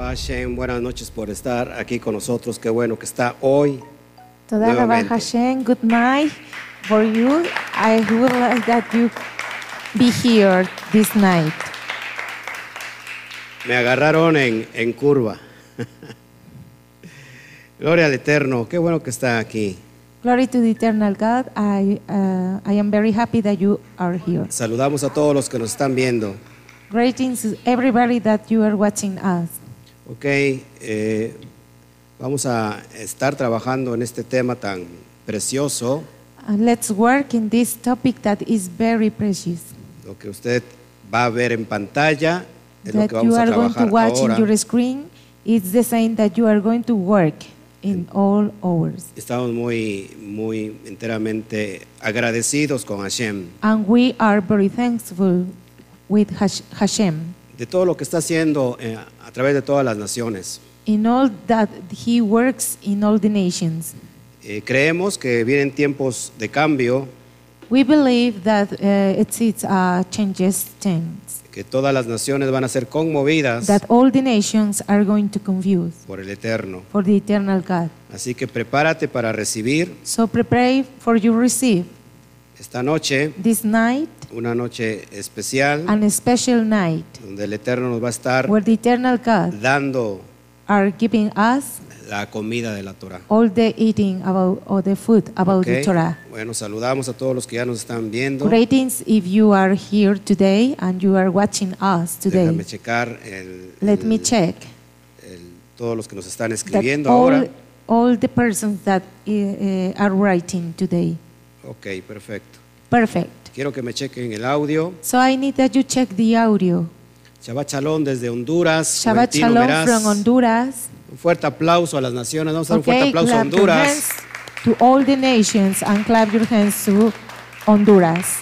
Hashem, buenas noches por estar aquí con nosotros. Qué bueno que está hoy. Toda la Nuevamente. Hashem, good night for you. I would like that you be here this night. Me agarraron en, en curva. Gloria al Eterno, qué bueno que está aquí. Glory to the eternal God. I, uh, I am very happy that you are here. Saludamos a todos los que nos están viendo. Greetings to everybody that you are watching us. Ok, eh, vamos a estar trabajando en este tema tan precioso, Uh, let's work in this topic that is very precious. lo que usted va a ver en pantalla, es lo that que you vamos a are going to trabajar watch ahora. in your screen is the same that you are going to work in all hours. Estamos muy, muy enteramente agradecidos con Hashem And we are very thankful with Hash- Hashem de todo lo que está haciendo eh, a través de todas las naciones. in all that He works in all the nations. Eh, creemos que vienen tiempos de cambio, We believe that uh, it's, it's uh, changes times, que todas las naciones van a ser conmovidas that all the nations are going to confuse por el Eterno. for the eternal God. Así que prepárate para recibir So prepare for you receive esta noche, this night una noche especial, and a special night donde el Eterno nos va a estar where the eternal God dando are giving us la comida de la Torah. all the eating about all the food about the ¿ok? Torah. Bueno, saludamos a todos los que ya nos están viendo. Greetings if you are here today and you are watching us today. Déjame checar el- Let me el- check el- todos los que nos están that escribiendo all, ahora. all the persons that uh, uh, are writing today. Ok, perfecto. Perfect. Quiero que me chequen el audio. So I need that you check the audio. Shabbat Shalom desde Honduras. Shabbat Juventino Shalom Meraz. from Honduras. Un fuerte aplauso a las naciones. Vamos a dar un fuerte Okay, aplauso a clap your hands Honduras. to all the nations and clap your hands to Honduras.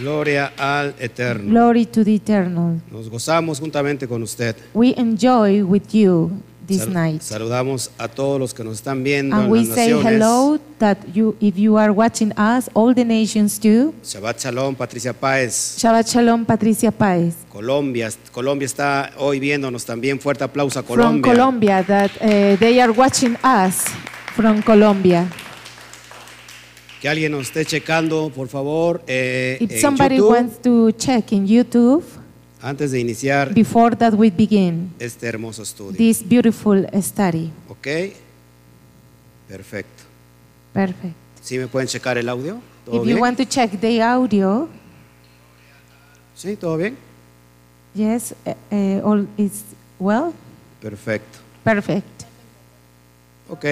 Gloria al Eterno. Glory to the eternal. Nos gozamos juntamente con usted. We enjoy with you this Sal- night. Saludamos a todos los que nos están viendo And en we las say naciones. hello that you, if you are watching us, all the nations too. Shabbat Shalom, Patricia Páez. Shabbat Shalom, Patricia Paez. Colombia, Colombia está hoy viéndonos también. Fuerte aplauso a From Colombia. Colombia, that uh, they are watching us from Colombia. Que alguien nos esté checando, por favor, eh, If en somebody YouTube, wants to check in YouTube, antes de iniciar before that we begin este hermoso estudio. this beautiful study. ¿Ok? Perfecto. Perfect. ¿Sí me pueden checar el audio? ¿Todo If bien? you want to check the audio, ¿Sí? ¿Todo bien? yes, uh, uh, all is well. Perfecto. Perfect. Ok.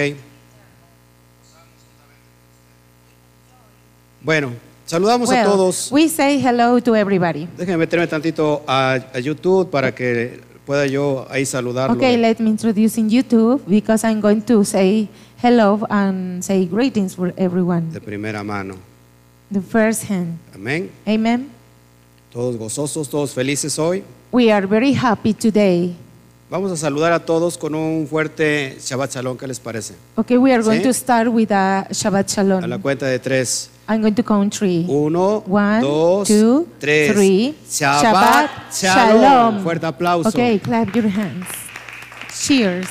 Bueno, saludamos a Well, todos. we say hello to everybody. Déjenme meterme tantito a, a YouTube para que pueda yo ahí saludarlo. Okay, let me introduce in YouTube because I'm going to say hello and say greetings for everyone. de primera mano. The first hand. Amén. Amen. Todos gozosos, todos felices hoy. We are very happy today. Vamos a saludar a todos con un fuerte Shabbat Shalom. ¿Qué les parece? Okay, we are going Sí. to start with a Shabbat A la Shalom. cuenta de tres. I'm going to count three. Uno, One, dos, two, tres. three. Shabbat, Shabbat shalom. Shalom. Fuerte aplauso. Okay, clap your hands. Cheers.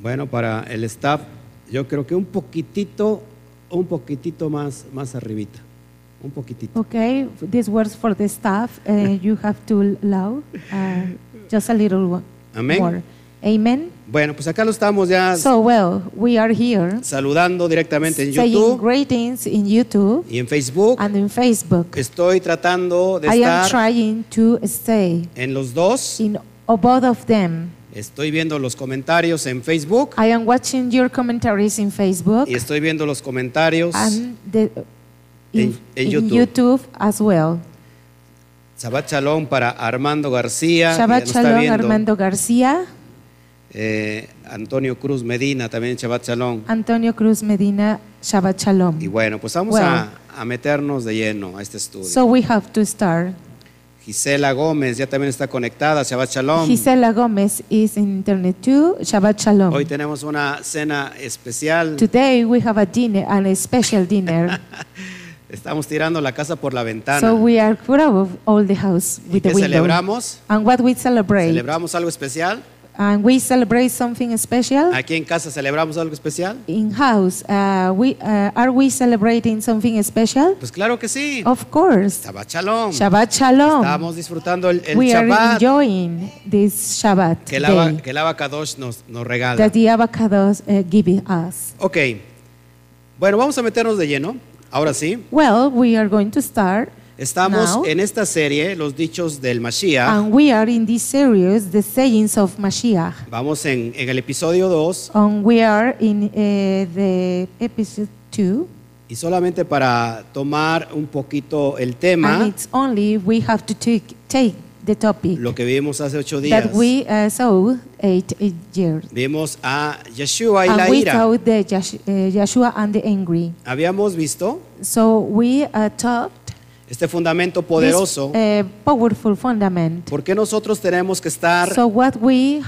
Bueno, para el staff, yo creo que un poquitito, un poquitito más, más arribita. Un poquitito. Okay, this works for the staff. Uh, you have to allow uh, just a little one Amén. more. Amen. Bueno, pues acá lo estamos ya So, well, we are here. saludando directamente en saying YouTube greetings in YouTube y en Facebook. and in Facebook. Estoy tratando de I am estar trying to stay en los dos. in o- both of them. Estoy viendo los comentarios en Facebook I am watching your commentaries in Facebook y estoy viendo los comentarios. and the, in, En- en in YouTube. YouTube as well. Shabbat Shalom para Armando García. que ya Shabbat nos está Shalom, viendo. Armando García, Eh, Antonio Cruz Medina, también Shabbat Shalom. Antonio Cruz Medina, Shabbat Y Shalom. bueno, pues vamos Bueno. a, a meternos de lleno a este estudio. So we have to start. Gisela Gómez ya también está conectada, Shabbat Shalom. Gisela Gomez is in internet too. Shabbat Shalom. Hoy tenemos una cena especial. Today we have a dinner and a special dinner. Estamos tirando la casa por la ventana. So we are put above all the house ¿Y with qué the window. celebramos? And what we celebrate. ¿Celebramos algo especial? And we celebrate something special. ¿Aquí en casa celebramos algo especial? In house, uh, we uh, are we celebrating something special? Pues claro que sí. Of course. Shabbat Shalom. Shabbat Shalom. Estamos disfrutando el, el We are Shabbat enjoying this Shabbat que el Abba- day que el Abba Kadosh nos, nos regala. that the avocados uh, give us. Ok. Bueno, vamos a meternos de lleno. Ahora sí. Well, we are going to start. Estamos Now. Ah. en esta serie, Los Dichos del Mashiach. And we are in this series, The Sayings of Mashiach. Vamos en, en el episodio 2. And we are in uh, the episode 2. Y solamente para tomar un poquito el And tema, it's only we have to take, take the topic lo que vimos hace ocho días. that we uh, saw eight, eight years. Vimos a Yeshua y and la Ah, we ira. saw the Yash- uh, Yeshua and the angry. Habíamos visto So we uh, talked este fundamento poderoso. this uh, powerful fundament. ¿Por qué nosotros tenemos que estar So what we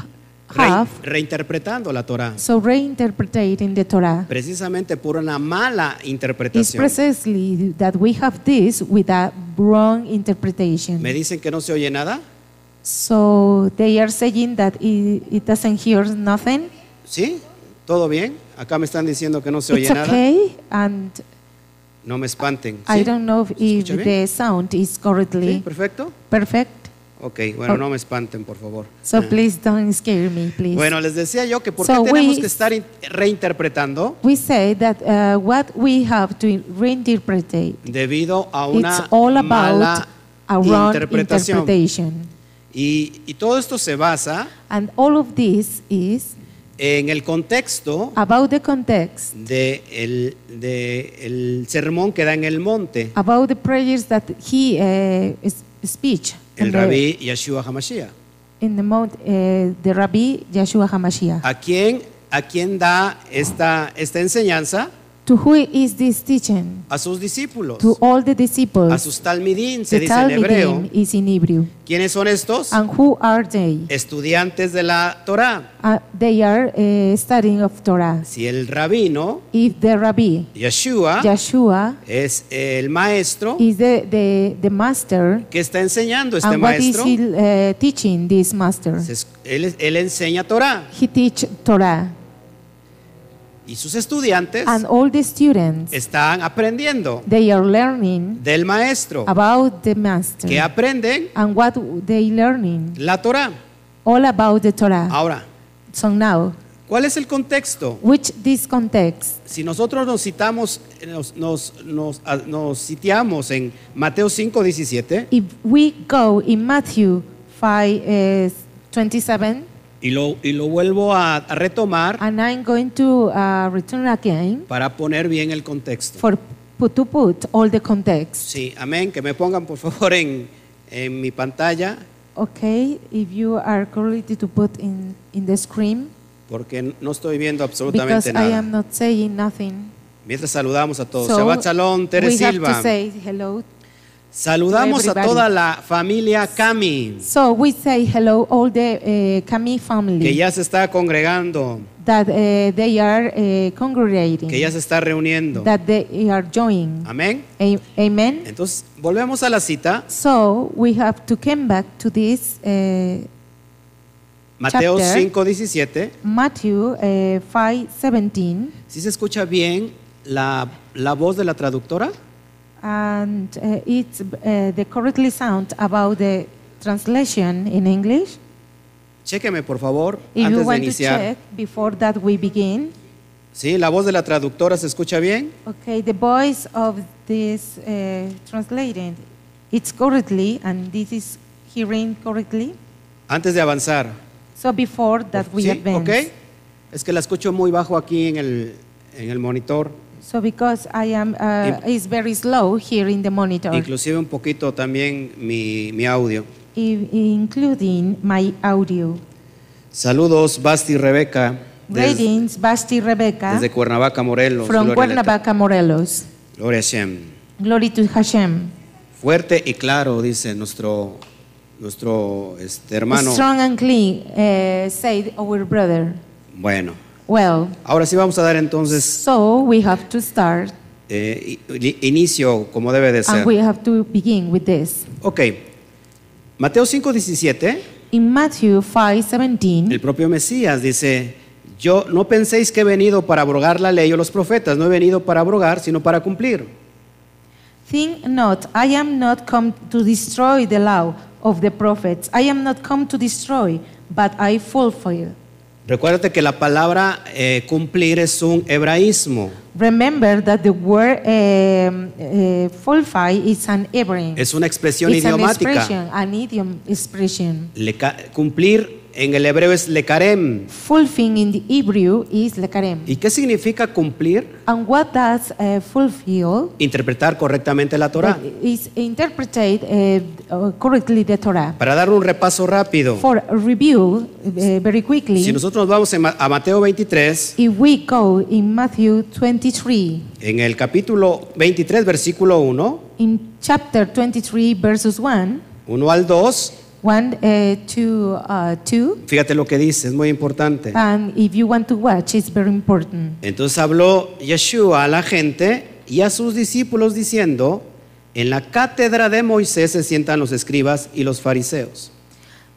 rein- have, reinterpretando la Torah? so reinterpreting the Torah Precisamente por una mala is interpretación. precisely that we have this with a wrong interpretation. Me dicen que no se oye nada. So they are saying that it, it doesn't hear nothing. ¿Sí? ¿Todo bien? Acá me están diciendo que no se oye It's nada. okay, and No me espanten. I ¿Sí? don't know if ¿Se escucha bien? the sound is ¿Sí? correctly ¿Perfecto? perfect. Ok, bueno, Ok. no me espanten, por favor. So Ah. please don't scare me, please. Bueno, les decía yo que por So qué tenemos we- que estar in- reinterpretando we say that uh, what we have to reinterpret debido a it's una all about mala a wrong interpretación. interpretation. Y, y todo esto se basa And all of this is en el contexto about the context, de el, de el sermón que da en el monte about the prayers that he uh, is- speech in el the- rabí Yeshua HaMashiach. in the mount, uh, the Rabbi Yeshua Hamashiach. ¿A quién, a quién da esta, esta enseñanza? To who is this teaching? A sus discípulos, To all the a disciples. sus talmidín, se The dice en hebreo. Talmudim is in Hebrew. ¿Quiénes son estos? And who are they? Estudiantes de la Torá. Uh, they are uh, studying of Torah. Si el rabino If the Rabbi Yeshua Yeshua es el maestro, is the, the, the master, ¿qué está enseñando este and what is maestro? he uh, teaching this master? Se es- Él, él enseña Torá He teach Torah, y sus estudiantes and all the students están aprendiendo they are learning del maestro. about the Oh. que master aprenden and what they learning la Torá. all about the Torah. Ahora, So now, ¿cuál es el contexto? which this context, Si nosotros nos citamos, nos, nos, nos- a- nos sitiamos en Mateo 5, 17 if we go in Matthew 5 eh, 27, y lo, y lo vuelvo a, a retomar and I'm going to uh, return again para poner bien el contexto. for put to put all the context. Sí, amén. Que me pongan por favor en, en mi pantalla Okay, if you are correctly to put in, in the screen, porque no estoy viendo because absolutamente I am nada. not saying nothing. Mientras saludamos a todos. So, Shabbat Shalom, Tere we have Silva. to say hello. Saludamos a everybody. toda la familia Cami So we say hello all the uh, Kami family que ya se está congregando, that uh, they are uh, congregating, que ya se está reuniendo. that they are joining. Amén. A- Amen. Entonces, volvemos a la cita, So we have to come back to this uh, Mateo Chapter. 5, 17. Matthew uh, 5:17, ¿Sí se escucha bien la, la voz de la traductora? and uh, it's uh, the correctly sound about the translation in English. Chéqueme, por favor, If you antes de want to iniciar. check before that we begin, ¿Sí? ¿La voz de la traductora se escucha bien? okay, the voice of this uh, translated, it's correctly, and this is hearing correctly. Antes de avanzar. So before that we ¿Sí? advance. ¿Ok? Es que la escucho muy bajo aquí en el, en el monitor, So because I am, uh, Im- it's very slow here in the monitor, inclusive un poquito también mi, mi audio. i- including my audio. Saludos, Basti y Rebeca, des- desde, Greetings, Basti Rebecca Cuernavaca, Morelos. from Gloria a Dios. Cuernavaca, Morelos. Gloria a Shem. Glory to Hashem. Fuerte y claro, dice nuestro, nuestro este, hermano. Strong and clean, eh, said our brother. Bueno, Well, ahora sí vamos a dar entonces so we have to start eh, i- inicio como debe de ser. And we have to begin with this. Ok. Mateo 5:17, In Matthew 5 el 17, propio Mesías dice, yo no penséis que he venido para abrogar la ley o los profetas, no he venido para abrogar, sino para cumplir. think not, I am not come to destroy the law of the prophets. I am not come to destroy, but I fulfill. Recuérdate que la palabra eh, cumplir es un hebraísmo, Remember that the word um, uh, fulfill is an Hebrew. es una expresión it's an idiomática. expression, an idiom expression. Leca- cumplir en el hebreo es lekarem. Fulfilling in the Hebrew is lekarem. ¿Y qué significa cumplir? And what does uh, fulfill? Interpretar correctamente la Torah. That uh, Is interpreted uh, uh, correctly the Torah. Para dar un repaso rápido, For review, uh, very quickly, si nosotros nos vamos en Ma- a Mateo 23, if we go in Matthew 23, en el capítulo 23, versículo 1, in chapter 23, verses 1, 1 al 2, 1 uh, to uh, 2, fíjate lo que dice, es muy importante. and if you want to watch, it's very important. Entonces habló Yeshua a la gente y a sus discípulos diciendo, en la cátedra de Moisés se sientan los escribas y los fariseos.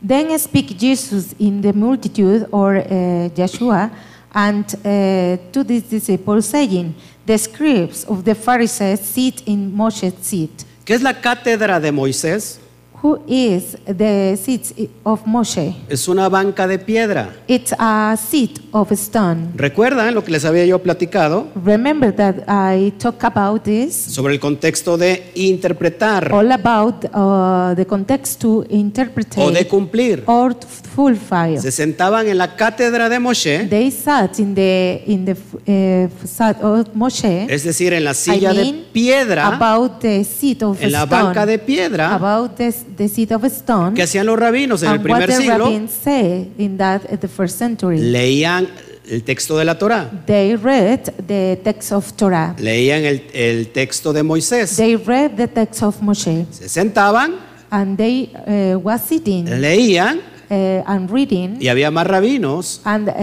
Then speak Jesus in the multitude, or uh, Joshua, and uh, to these disciples, saying, The scribes of the Pharisees sit in Moshe's seat. ¿Qué es la cátedra de Moisés? Who is the seat of Moshe? Es una banca de piedra. It's a seat of stone. Recuerdan lo que les había yo platicado Remember that I talk about this, sobre el contexto de interpretar all about uh, the context to interpret o de cumplir. or to fulfill. Se sentaban en la cátedra de Moshe, They sat in the in the uh, sat of Moshe. es decir, en la silla ¿Eh? I de mean, piedra, about the seat of en la stone, banca de piedra about the, the seat of stone, que hacían los rabinos en el and what primer the siglo, rabbins say in that at the first century. leían el texto de la Torá. they read the text of Torah. leían el, el texto de Moisés. They read the text of Moshe, Se sentaban, and they uh, was sitting Eh. uh, leían and reading, y había más rabinos and uh,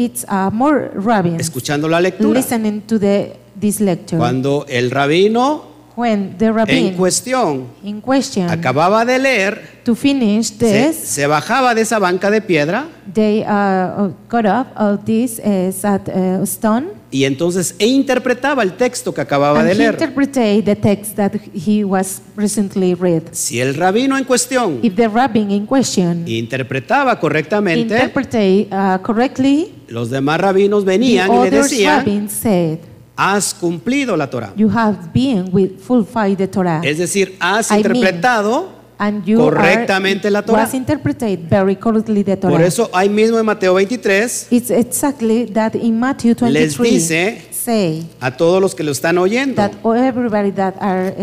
it's uh, more rabbins escuchando la lectura. listening to the this lecture. Cuando el rabino when the en rabbin cuestión in question acababa de leer, to finish se, this, se bajaba de esa banca de piedra they uh, got up of this uh, sad, uh, stone y entonces e interpretaba el texto que acababa de and he leer. interpreted the text that he was recently read. Si el rabino en cuestión If the rabbin in question Mm. interpretaba correctamente, interpreted uh, correctly, los demás rabinos the venían y le others decían, rabbins said, has cumplido la Torah. You have been with fulfilled the Torah. Es decir, has I mean, interpretado and you correctamente are, la Torah. was interpreted very correctly the Torah. Por eso ahí mismo en Mateo 23, it's exactly that in Matthew 23 Les dice- say a todos los que lo están oyendo, that everybody that are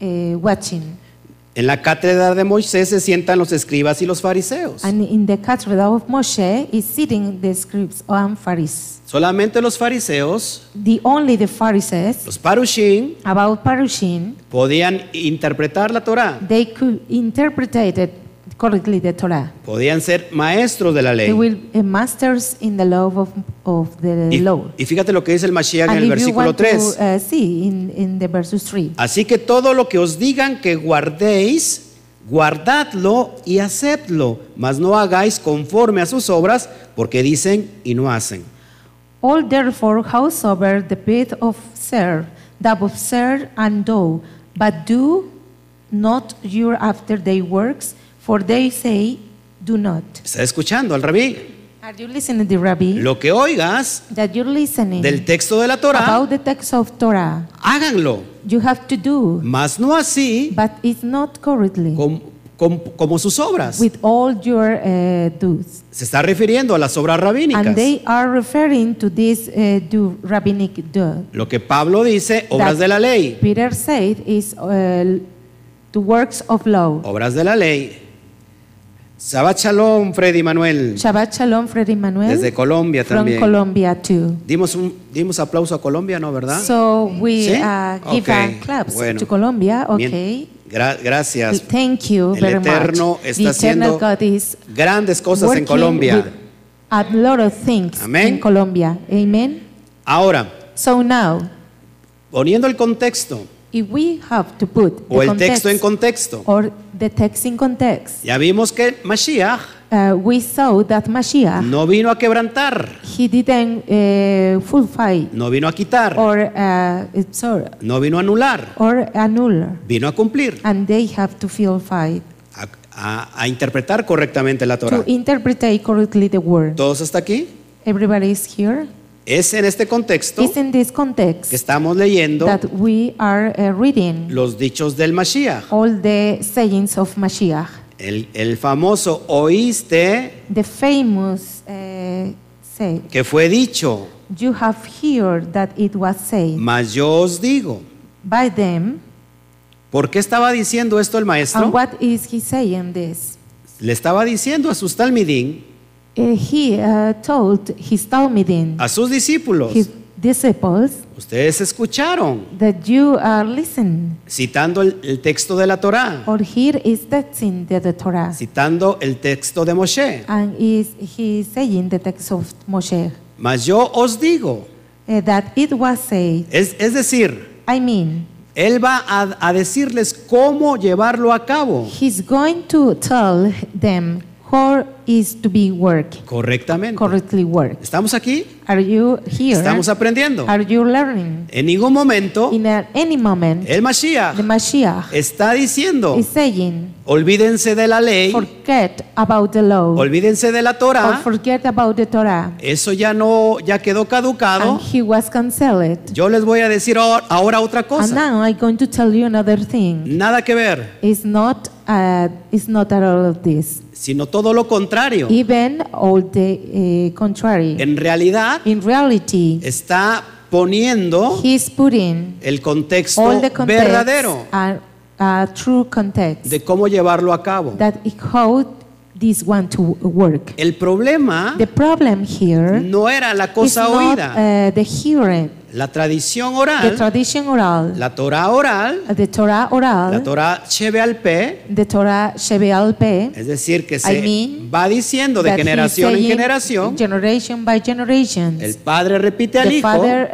uh, uh, watching en la cátedra de Moisés se sientan los escribas y los fariseos. and in the cathedral of Moshe is sitting the scribes and Pharisees. Solamente los fariseos, The only the Pharisees los parushim, about Parushin podían interpretar la Torah, they could interpret it correctly the Torah. podían ser maestros de la They ley. will be masters in the law of, of the Y, law. y fíjate lo que dice el Mashiach en And el if you versículo want 3. to uh, see in, in the verses 3. Así que todo lo que os digan que guardéis, guardadlo y hacedlo, mas no hagáis conforme a sus obras, porque dicen y no hacen. All therefore, howsoever the bit of serve, that of serve and do, but do not your after they works, for they say, do not. Está escuchando al rabí. Are you listening, the rabbi? Lo que oigas that you're listening del texto de la Torah, about the text of Torah, háganlo, you have to do, mas no así but it's not correctly com- com- como sus obras. with all your uh, do's. Se está refiriendo a las obras rabínicas. And they are referring to this uh, do, rabbinic do. Lo que Pablo dice, obras That- de la ley, Peter said is uh, the works of law. obras de la ley. Shabbat Shalom, Freddy Manuel, Shabbat Shalom, Freddy Manuel. desde Colombia from también. Colombia too. Dimos un dimos aplauso a Colombia, ¿no, verdad? So we ¿Sí? uh, give Ok, a claps bueno. to Colombia. Bien. Okay. Gra- gracias. Thank you El very Eterno much. está the eternal haciendo God is grandes cosas en working with Colombia. a lot of things Amén. in Colombia. Amen. Ahora, So now, Poniendo el contexto If we have to put o the el context texto en contexto, or the text in context, ya vimos que Mashiach uh, we saw that Mashiach, no vino a quebrantar, he didn't uh, fulfill no vino a quitar, or uh, sorry, no vino a anular, or annul, vino a cumplir, and they have to fulfill a, a- a interpretar correctamente la Torah. Ah. to interpret correctly the word. ¿Todos hasta aquí? Everybody is here. Es en este contexto It's in this que context estamos leyendo that we are uh, reading los dichos del Mashiach. all the sayings of Mashiach, El, el famoso oíste the famous uh, say. que fue dicho, You have heard that it was said mas yo os digo. by them. ¿Por qué estaba diciendo esto el maestro? And what is he saying this? Le estaba diciendo a sus talmidín, Uh, he uh, told his Talmudim, a sus discípulos, his disciples, ustedes escucharon, that you are listening. citando el, el texto de la Torá, Or here is text in the, the Torah. citando el texto de Moshe. And is he saying the text of Moshe Mas yo os digo, uh, that it was said. es, es decir, I mean, él va a, a decirles cómo llevarlo a cabo he's going to tell them how is to be worked, correctamente. correctly worked. ¿Estamos aquí? Are you here? Estamos aprendiendo. Are you learning? En ningún momento In a- any moment, el the Mashiach Mashiach está diciendo, is saying, olvídense de la ley, forget about the law olvídense de la or Torá, forget about the Torah. eso ya no, ya quedó And caducado. he was cancelled. Yo les voy a decir ahor- ahora otra And cosa, now I'm going to tell you another thing. nada que ver, It's not, uh, it's not at all of this. sino todo lo contrario. Even all the uh, contrary. En realidad In reality, está poniendo he's putting el contexto all the context verdadero are uh, true context de cómo llevarlo a cabo. that it- how this one to work. El problema The problem here no era la is Hmm. cosa not oída, uh, the hearing, la tradición the oral, tradition oral, la Torah oral, the Torah oral, la Torah Shebealpe, the Torah Shebealpe, es decir, que se I mean, va diciendo de that he's generación en saying generación, generation by generation, el padre repite al the hijo father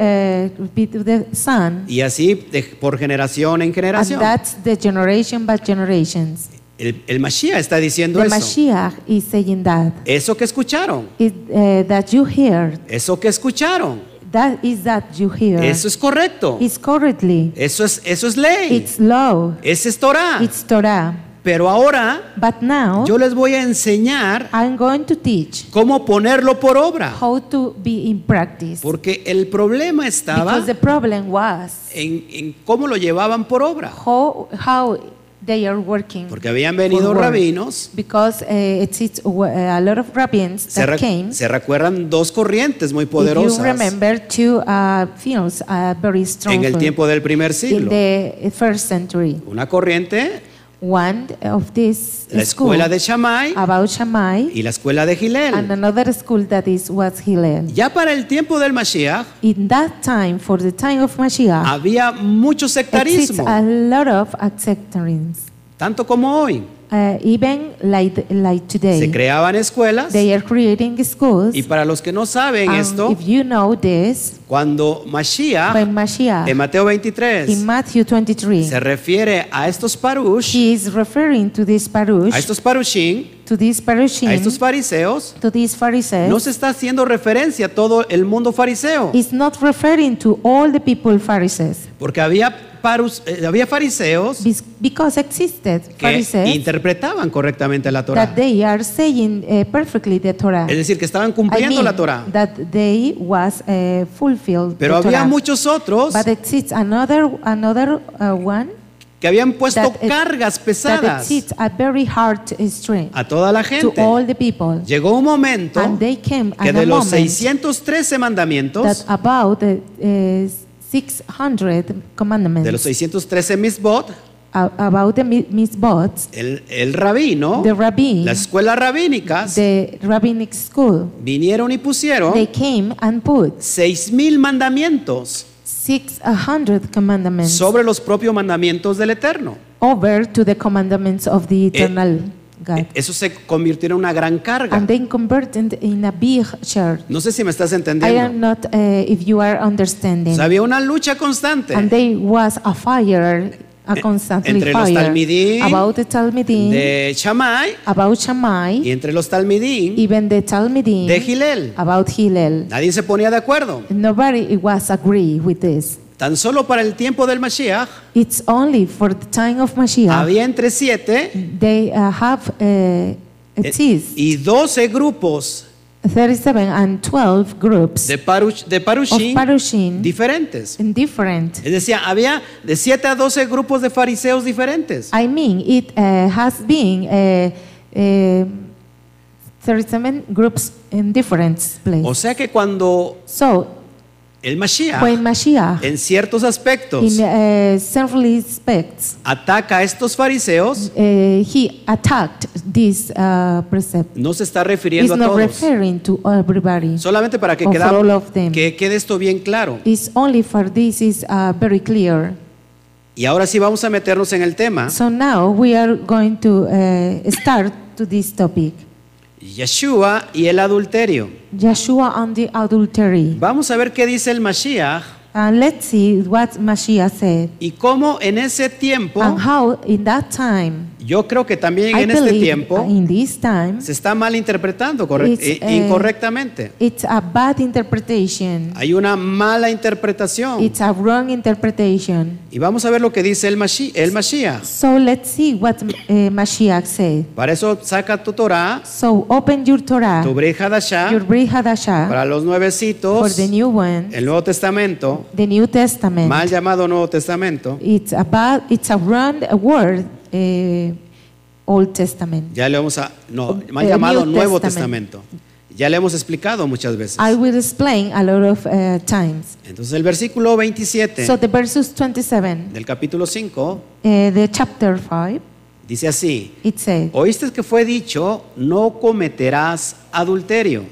uh, repeat to the son, y así de- por generación en and generación. that's the generation by generations. El, el Mashiach está diciendo the eso. Mashiach is saying that. Eso que escucharon, It, uh, that you hear, eso que escucharon, that is that you hear. eso es correcto. It's correctly, Eso es, eso es ley. it's law, Ese es Torah. it's Torah. Pero ahora But Ah. now yo les voy a enseñar I'm going to teach cómo ponerlo por obra. how to be in practice. Porque el problema estaba Because the problem was en, en cómo lo llevaban por obra. how, how they are working. Porque habían venido for work. rabinos. Because uh, it's, it's, uh, a lot of rabbins Se, that re- came. se recuerdan dos corrientes muy If you poderosas remember two uh, films, uh, very strong en el films tiempo del primer in siglo. the first century. Una corriente, One of this la school Ah. escuela de Shammai about Shammai y la escuela de and Gilel. another school that is was Hillel. Ya para el tiempo del Mashiach In that time, for the time of Mashiach, había mucho exists a sectarismo, lot of acceptance, tanto como hoy. uh, even like, like Se today. creaban escuelas They are creating schools. Y para los que no saben And esto, Ah, if you know this, cuando Mashiach when Mashiach en Mateo 23 in Matthew 23, se refiere a estos parush, he is referring to this parush, a estos parushim, to this parushim, a estos fariseos, to these Pharisees. no se está haciendo referencia a todo el mundo fariseo, It's not referring to all the people Pharisees, porque había, parus- eh, había fariseos bes- because existed que Pharisees interpretaban correctamente la Torah. that they are saying uh, perfectly the Torah. Es decir, que estaban I cumpliendo mean, la Torah. that they was uh, fulfilled Pero the Torah. había muchos otros But exists another another uh, one que habían puesto that it- cargas that pesadas exists a very hard string a toda la to gente. all the people, Llegó un momento and they came que at de a los moment 613 that mandamientos, about the uh, 600 commandments de los 613 misbot, a- about the mi- misbots, el, el rabino, the rabbin, las escuelas rabínicas the rabbinic school, vinieron y pusieron they came and put 6000 mandamientos 600 commandments sobre los propios mandamientos del Eterno. over to the commandments of the Eh, eternal God. Eso se convirtió en una gran carga. And then converted in a big church. No sé si me estás I entendiendo. am not, uh, if you are understanding. O sea, había una lucha And constante there was a fire, a constantly Eh, entre los fire Talmidim, about the Talmudim, de Shammai about Shammai, y entre los Talmidim even the Talmudim, de Gilel. about Hillel. Nadie se ponía de acuerdo. Nobody was agree with this. Tan solo para el tiempo del Mashiach It's only for the time of Mashiach. había entre 7 They uh, have uh, Eh, it is y 12 grupos 37 and 12 groups de, parush, de of Parushim Parushin diferentes. in different. Es decir, había de 7 a 12 grupos de fariseos diferentes. I mean, it uh, has been uh, uh, 37 groups in different O places. sea que cuando So, el Mashiach, when Mashiach, en ciertos aspectos, in uh, several respects, ataca a estos fariseos, uh, he attacked this uh, precept. no se está It's refiriendo a not todos. referring to everybody. Solamente para que, Or for queda- all of them. que quede esto bien claro. It's only for this is uh, very clear. Y ahora sí vamos a meternos en el tema. So now we are going to uh, start to this topic. Yeshua y el adulterio. Joshua and the adultery. Vamos a ver qué dice el Mashiach Uh, let's see what Mashiach said. y cómo en ese tiempo, And how in that time, yo creo que también Uh-huh. I en este believe uh, tiempo, in this time, se está malinterpretando corre- It's, eh, eh, incorrectamente. it's a bad interpretation. Hay una mala interpretación. It's a wrong interpretation. Y vamos a ver lo que dice el, Mashi- el Mashiach. So let's see what uh, Mashiach said. Para eso saca tu Torah, So open your tu Torah, Brit your Hadashah, Brit Hadashah, para los for nuevecitos, the new one, el Nuevo Testamento, the New Testament. mal llamado Nuevo Testamento. It's about it's a wrong word, uh, Old Testament. Ya le vamos a. No, mal Eh, llamado New Nuevo Testamento. Testamento. Ya le hemos explicado muchas veces. I will explain a lot of uh, times. Entonces, el versículo 27 So the verses 27, del capítulo 5 uh, the chapter 5, dice así: it says, Oíste que fue dicho, no cometerás adulterio.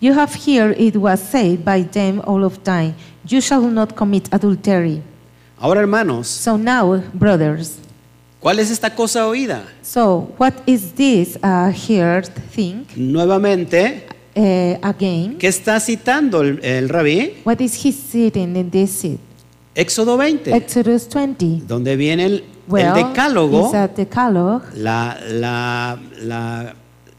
You have here it was said by them all of time, you shall not commit adultery. Ahora, hermanos, So now, brothers, ¿cuál es esta cosa oída? so what is this uh, heard thing Nuevamente, uh, again? ¿qué está citando el, el rabí? What is he sitting in this seat? Éxodo 20, Exodus 20. donde viene el, el Well, decálogo, it's a decalogue. la, la, la,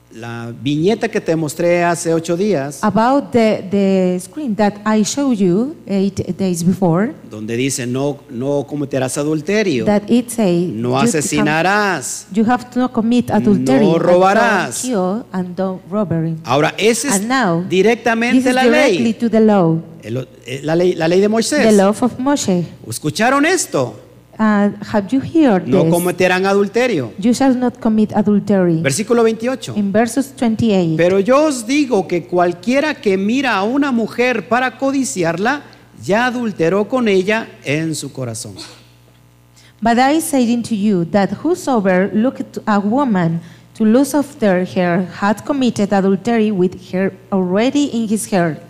la viñeta que te mostré hace ocho días, About the, the screen that I showed you eight days before, donde dice no, no cometerás adulterio, that it says, no asesinarás. You have to not commit adultery, No and robarás. don't kill, and don't robbery. Ahora, esa es And now, This directamente is la directly ley. to the law, El- eh, la ley, la ley de the Moisés. law of Moshe. ¿Escucharon esto? Uh, have you heard No this? cometerán adulterio. You shall not commit adultery. Versículo 28. In verses 28. Pero yo os digo que cualquiera que mira a una mujer para codiciarla, ya adulteró con ella en su corazón. But I say unto you that whosoever looketh a woman to lust after her hath committed adultery with her already in his heart.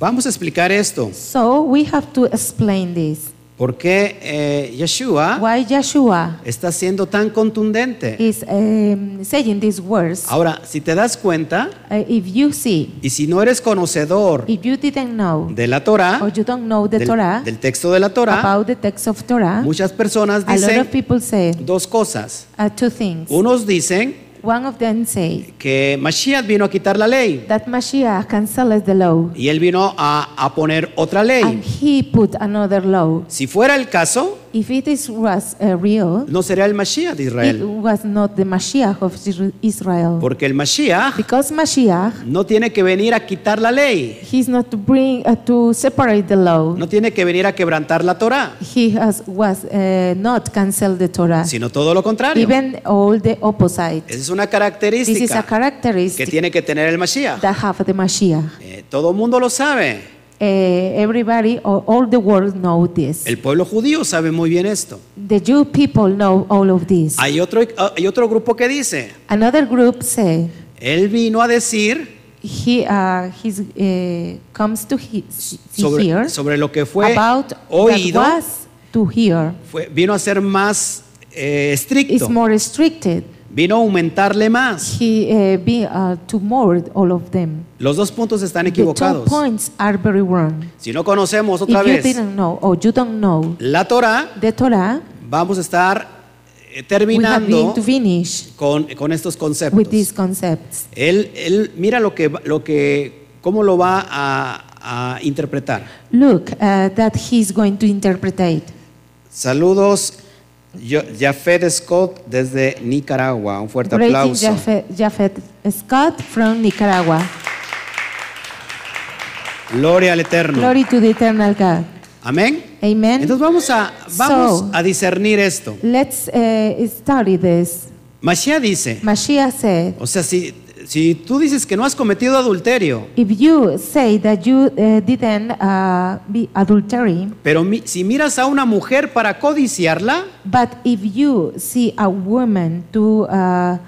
Vamos a explicar esto. So we have to explain this. ¿Por qué eh, Yeshua Why Joshua está siendo tan contundente? is um, saying these words. Uh, Ahora, si te das cuenta, if you see, y si no eres conocedor if you didn't know, de la or Torah, you don't know the del, Torah, del texto de la Torah, about the text of Torah, muchas personas a lot of dicen people say dos cosas. uh, two things. Unos dicen One of them say que Mashiach vino a quitar la ley that Mashiach cancels the law, y él vino a, a poner otra and ley. he put another law. Si fuera el caso, If it is, was uh, real, no sería el Mashiach de it Israel, was not the Mashiach of Isra- Israel. porque el Mashiach Because Mashiach, no tiene que venir a quitar la ley, he's not to bring, uh, to separate the law. no tiene que venir a quebrantar la Torah, He has, was uh, not cancel the Torah. sino todo lo contrario. Even all the opposite. Esa es una This is característica a que characteristic tiene que tener el Mashiach. that have the Mashiach. Eh, todo el mundo lo sabe, Uh, everybody, or all the world know this. el pueblo judío sabe muy bien esto. The Jew people know all of this. Hay otro, hay otro grupo que dice, Another group say él vino a decir he uh, he's, uh, comes to he, see sobre, here sobre lo que fue about that oído, was to hear fue- vino a ser más eh, is estricto, more restricted. Vino a aumentarle más. He uh, be uh, to more all of them. Los dos puntos están The two equivocados. points are very wrong. Si no conocemos otra If you vez didn't know or you don't know la Torah, the Torah, vamos a estar eh, we have been terminando to finish con, con estos with conceptos. these concepts. Él, él mira lo que, va- lo que, cómo lo va a, a interpretar. Look uh, that he's going to interpret. Saludos, Yo- Jafet Scott desde Nicaragua. Un fuerte Greeting aplauso. Jafet, Jafet Scott from Nicaragua. Gloria al Eterno. Glory to the eternal God. Amén. Amen. Entonces vamos a, vamos So- a discernir esto. Let's uh, study this. Mashiach dice, Mashiach said, o sea, si, si tú dices que no has cometido adulterio, if you say that you uh, didn't uh, be adultery, pero mi- si miras a una mujer para codiciarla, but if you see a woman to, uh,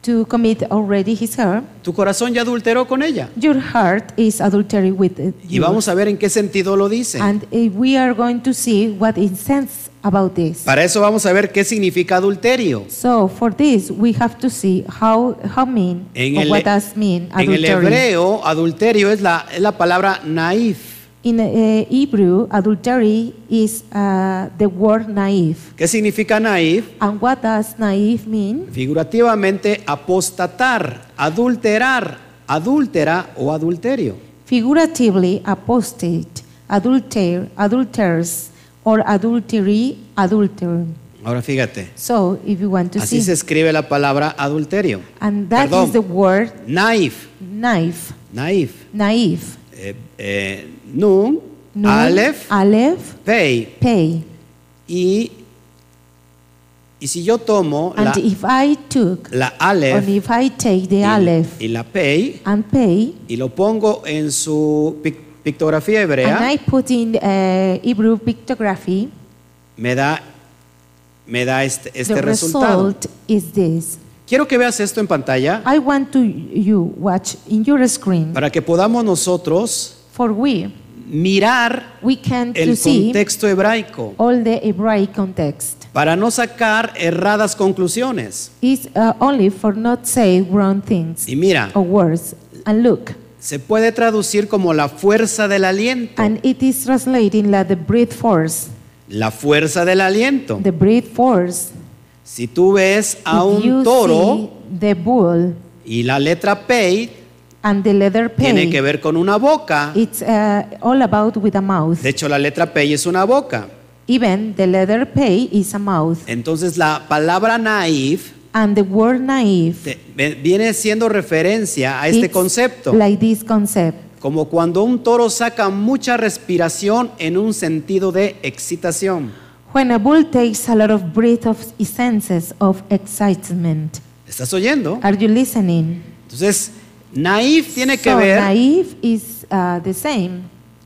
to commit already his her, tu corazón ya adulteró con ella. your heart is adultery with it. Y vamos a ver en qué sentido lo dice. And eh, we are going to see what it says about this. Para eso vamos a ver qué significa adulterio. So for this, we have to see how how mean En or el, what does mean en el adultery. hebreo, adulterio es la, es la palabra naif. In eh, Hebrew, adultery is uh, the word naive. ¿Qué significa naif? And what does naive mean? Figurativamente, apostatar, adulterar, adúltera o adulterio. Figuratively, apostate, adulter, adulterers, or adultery, adulterer. Ahora fíjate, So if you want to así see, se escribe la palabra adulterio. and that is Perdón. the word Naif, knife, naif. naive. Eh, eh, nun, Nun, Aleph, Aleph, Pei. pay. Y, y si yo tomo la, And if I took la Aleph And if I take y, the Aleph y la Pei and pay, y lo pongo en su pic- pictografía and hebrea, I put in uh, Hebrew pictography, me da, me da este, este the resultado. result is this. Quiero que veas esto en pantalla I want to you watch in your screen, para que podamos nosotros for we mirar we can to el see contexto hebraico all the Hebraic context. para no sacar erradas conclusiones. It's uh, only for not say wrong things Y mira, or words. And look, se puede traducir como la fuerza del aliento. and it is translating like the breath force, La fuerza del aliento. the breath force. Si tú ves a If you un toro see the bull y la letra Pei and the leather tiene pay. que ver con una boca. It's uh, all about with a mouth. De hecho, la letra Pei es una boca. Even the leather pay is a mouth. Entonces, la palabra naif And the word naive te- ve- viene siendo referencia a este it's concepto. like this concept. Como cuando un toro saca mucha respiración en un sentido de excitación. When a bull takes a lot of breath of senses of excitement. ¿Estás oyendo? Are you listening? Entonces, naif tiene que so ver naive is uh, the same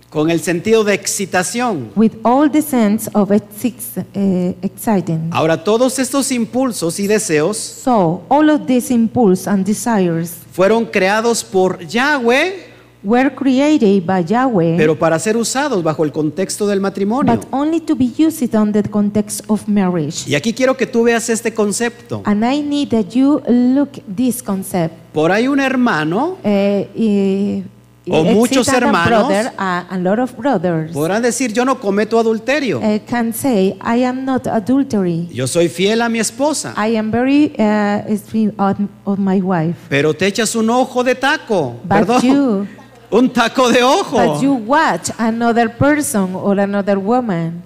con el sentido de excitación. with all the sense of exis- uh, exciting. Ahora, todos estos impulsos y deseos So all of these impulse and desires fueron creados por Yahweh, were created by Yahweh. pero para ser usados bajo el contexto del matrimonio. but only to be used on the context of marriage. Y aquí quiero que tú veas este concepto. And I need that you look this concept. Por ahí un hermano Eh, eh, O exist muchos other hermanos. brother, ah, a, a lot of brothers podrá decir, yo no cometo adulterio, eh, can say, I am not adultery. yo soy fiel a mi esposa, I am very uh, esteem of, of my wife. pero te echas un ojo de taco, But perdón, you, un taco de but you ojo. watch another person or another woman.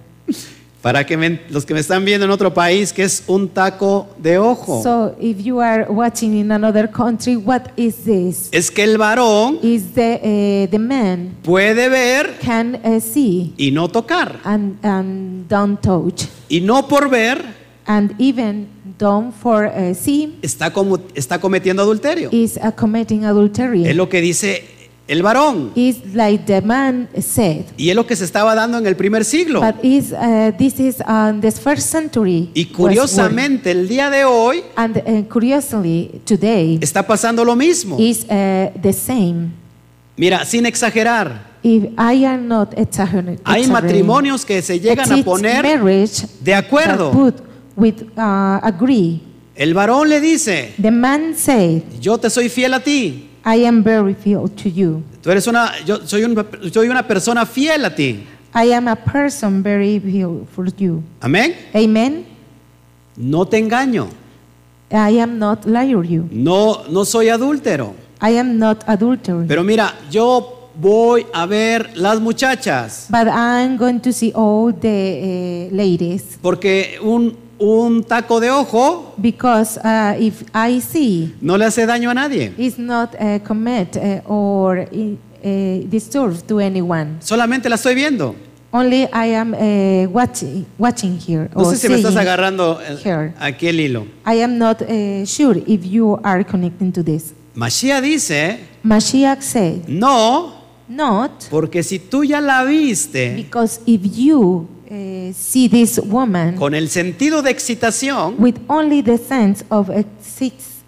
Para que me- los que me están viendo en otro país, que es un taco de ojo. So if you are watching in another country, what is this? es que el varón Is the eh, the man puede ver can uh, see y no tocar, and, and don't touch y no por ver and even don't for uh, see está, como, está cometiendo adulterio. is uh, committing adultery Es lo que dice el varón. is like the man said Y es lo que se estaba dando en el primer siglo. but is uh, this is uh, the first century Y was world. curiosamente, el día de hoy and uh, curiously today está pasando lo mismo. is uh, the same Mira, sin exagerar, if I am not exagger- hay exaggerating, matrimonios que se llegan a exist poner marriage de that acuerdo put with uh, agree El varón le dice, The man said, yo te soy fiel a ti. I am very fiel to you. Tú eres una, yo soy, un- soy una persona fiel a ti. I am a person very fiel for you. Amén. Amen. No te engaño. I am not liar you. No, no soy adúltero. I am not adulterer. Pero mira, yo voy a ver las muchachas. But I'm going to see all the uh, ladies Porque un, un taco de ojo because uh, if I see, no le hace daño a nadie. it's not uh, commit uh, or uh, disturb to anyone. Solamente la estoy viendo. Only I am uh, watching, watching here. No or sé si me estás seeing. agarrando el- Oh, Here. aquí el hilo. I am not uh, sure if you are connecting to this. Mashiach dice, Mashiach said, no, not porque si tú ya la viste because if you uh, see this woman con el sentido de excitación, with only the sense of exist,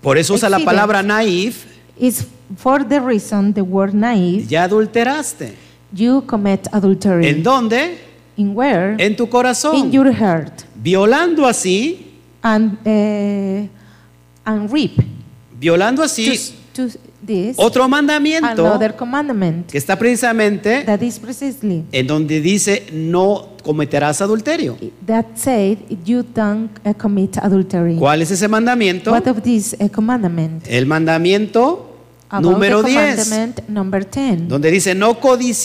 por eso usa la Exhibit. palabra naif, is for the reason the word naive, ya adulteraste. you commit adultery. ¿En dónde? In where? En tu In corazón. your heart. Violando así, And, uh, and reap violando to, así to this otro mandamiento another commandment que está precisamente that is precisely en donde dice no cometerás adulterio. that said you don't uh, commit adultery. ¿Cuál es ese mandamiento? What of this uh, commandment? El mandamiento About número the 10, commandment number 10, donde dice no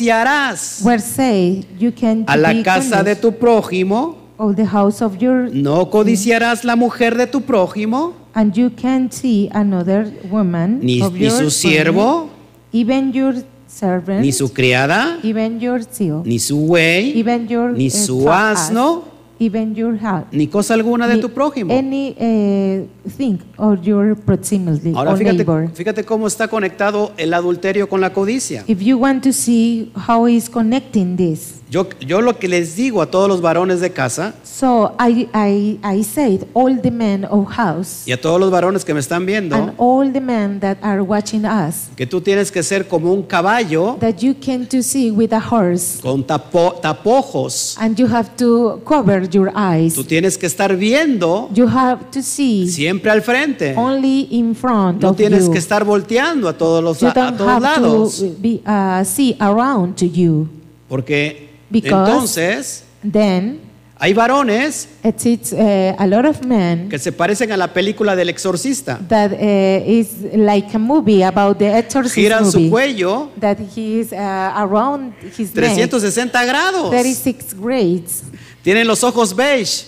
codiciarás where say you can a la be casa de curious tu prójimo, of the house of your no codiciarás la mujer de tu prójimo, and you can see another woman Ni- of ni your su siervo, woman, even your servant, ni su criada, even your seal, ni su buey, even your ni uh, su fa- ass, asno, even your house. ni cosa alguna de ni tu prójimo. Any uh, thing or your proximity Ahora or fíjate, neighbor. fíjate cómo está conectado el adulterio con la codicia. If you want to see how is connecting this, Yo, yo lo que les digo a todos los varones de casa so I I I said all the men of house y a todos los varones que me están viendo, and all the men that are watching us que tú tienes que ser como un caballo that you can to see with a horse con tapo- tapojos. and you have to cover your eyes. Tú tienes que estar viendo You have to see siempre al frente. only in front No of tienes you. que estar volteando a todos los you a, don't todos have lados, to be, uh, see around to you. porque Because- entonces Then hay varones it is uh, a lot of men que se parecen a la película del exorcista. that uh, is like a movie about the exorcist Giran su movie cuello that he is uh, around his neck. 360 grados. 36 grades. Tienen los ojos beige.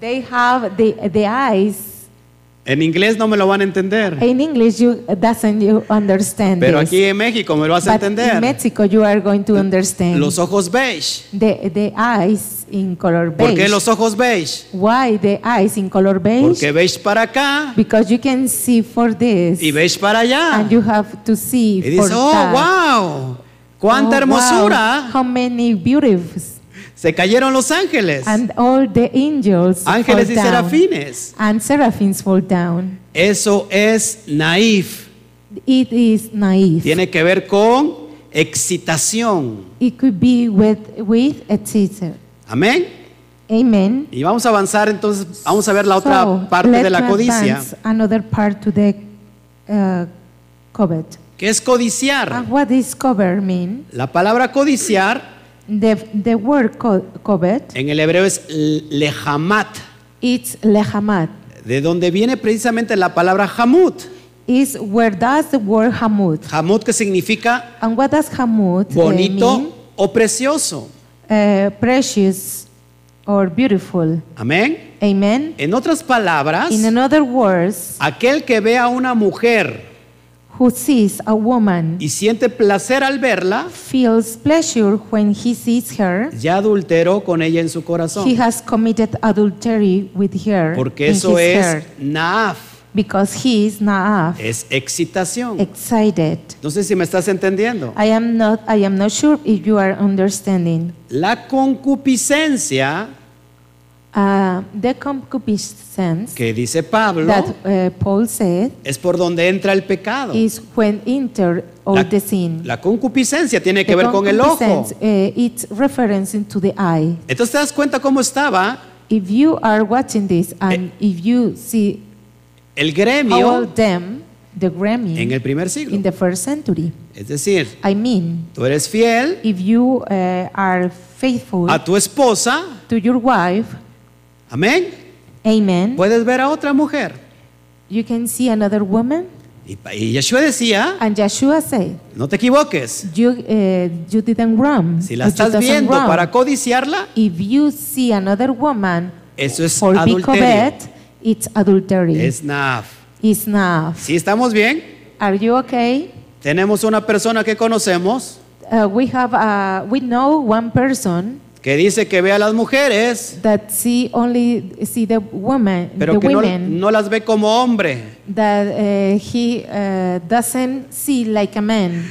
They have the the eyes. En inglés no me lo van a entender, In English, you doesn't you understand pero this. aquí en México me lo vas a but in entender. Mexico, you are going to understand Los ojos beige. the the eyes in color ¿Por beige. qué los ojos beige? Why the eyes in color beige? Porque beige para acá Because you can see for this, y beige para allá. and you have to see Y for dice, oh, that. wow, cuánta Oh, hermosura. wow, How many beauties Se cayeron los ángeles. and all the angels Ángeles fall y down, serafines. and seraphims fall down. Eso es naif. It is naive. Tiene que ver con excitación. It could be with with a teacher. Amén. Amen. Y vamos a avanzar entonces, vamos a ver la So, otra parte let de la me codicia. advance Another part to the uh, covet. ¿Qué es codiciar? And what does covet mean? La palabra codiciar The the word co- covet en el hebreo es l- lehamat, it's lehamat. de donde viene precisamente la palabra hamut. Is where does the word hamut? Hamut que significa And what does hamut uh, bonito mean? o precioso. Uh, precious or beautiful. Amén. Amen. En otras palabras, In another words, aquel que ve a una mujer who sees a woman y siente placer al verla, feels pleasure when he sees her. ya adulteró con ella en su He corazón. has committed adultery with her Porque in eso his es heart, naaf, because he is naaf, es excitación. excited. No sé si me estás entendiendo. I am not. I am not sure if you are understanding. La concupiscencia Uh, the concupiscence que dice Pablo that uh, Paul said es por donde entra el pecado. is when enter all La, the sin. la concupiscencia tiene que The ver con el ojo. concupiscence, uh, it's referencing to the eye. Entonces te das cuenta cómo estaba If you are watching this and Eh. if you see el all gremio them, the en el Grammy, primer in siglo. the first century, Es decir, I mean, tú eres fiel if you uh, are faithful a tu esposa, to your wife, amén, amen, puedes ver a otra mujer. you can see another woman. Y, pa- y Yeshua decía, And Yeshua said, no te equivoques, you, uh, you didn't run. si la but you estás doesn't viendo run. para codiciarla, if you see another woman eso es for be adulterio. covet, it's adultery. Es naf. It's not. Si estamos bien, Are you okay? tenemos una persona que conocemos Uh, we have uh, we know one person que dice que ve a las mujeres, that see only see the woman pero the que no, women no las ve como hombre. that uh, he uh, doesn't see like a man.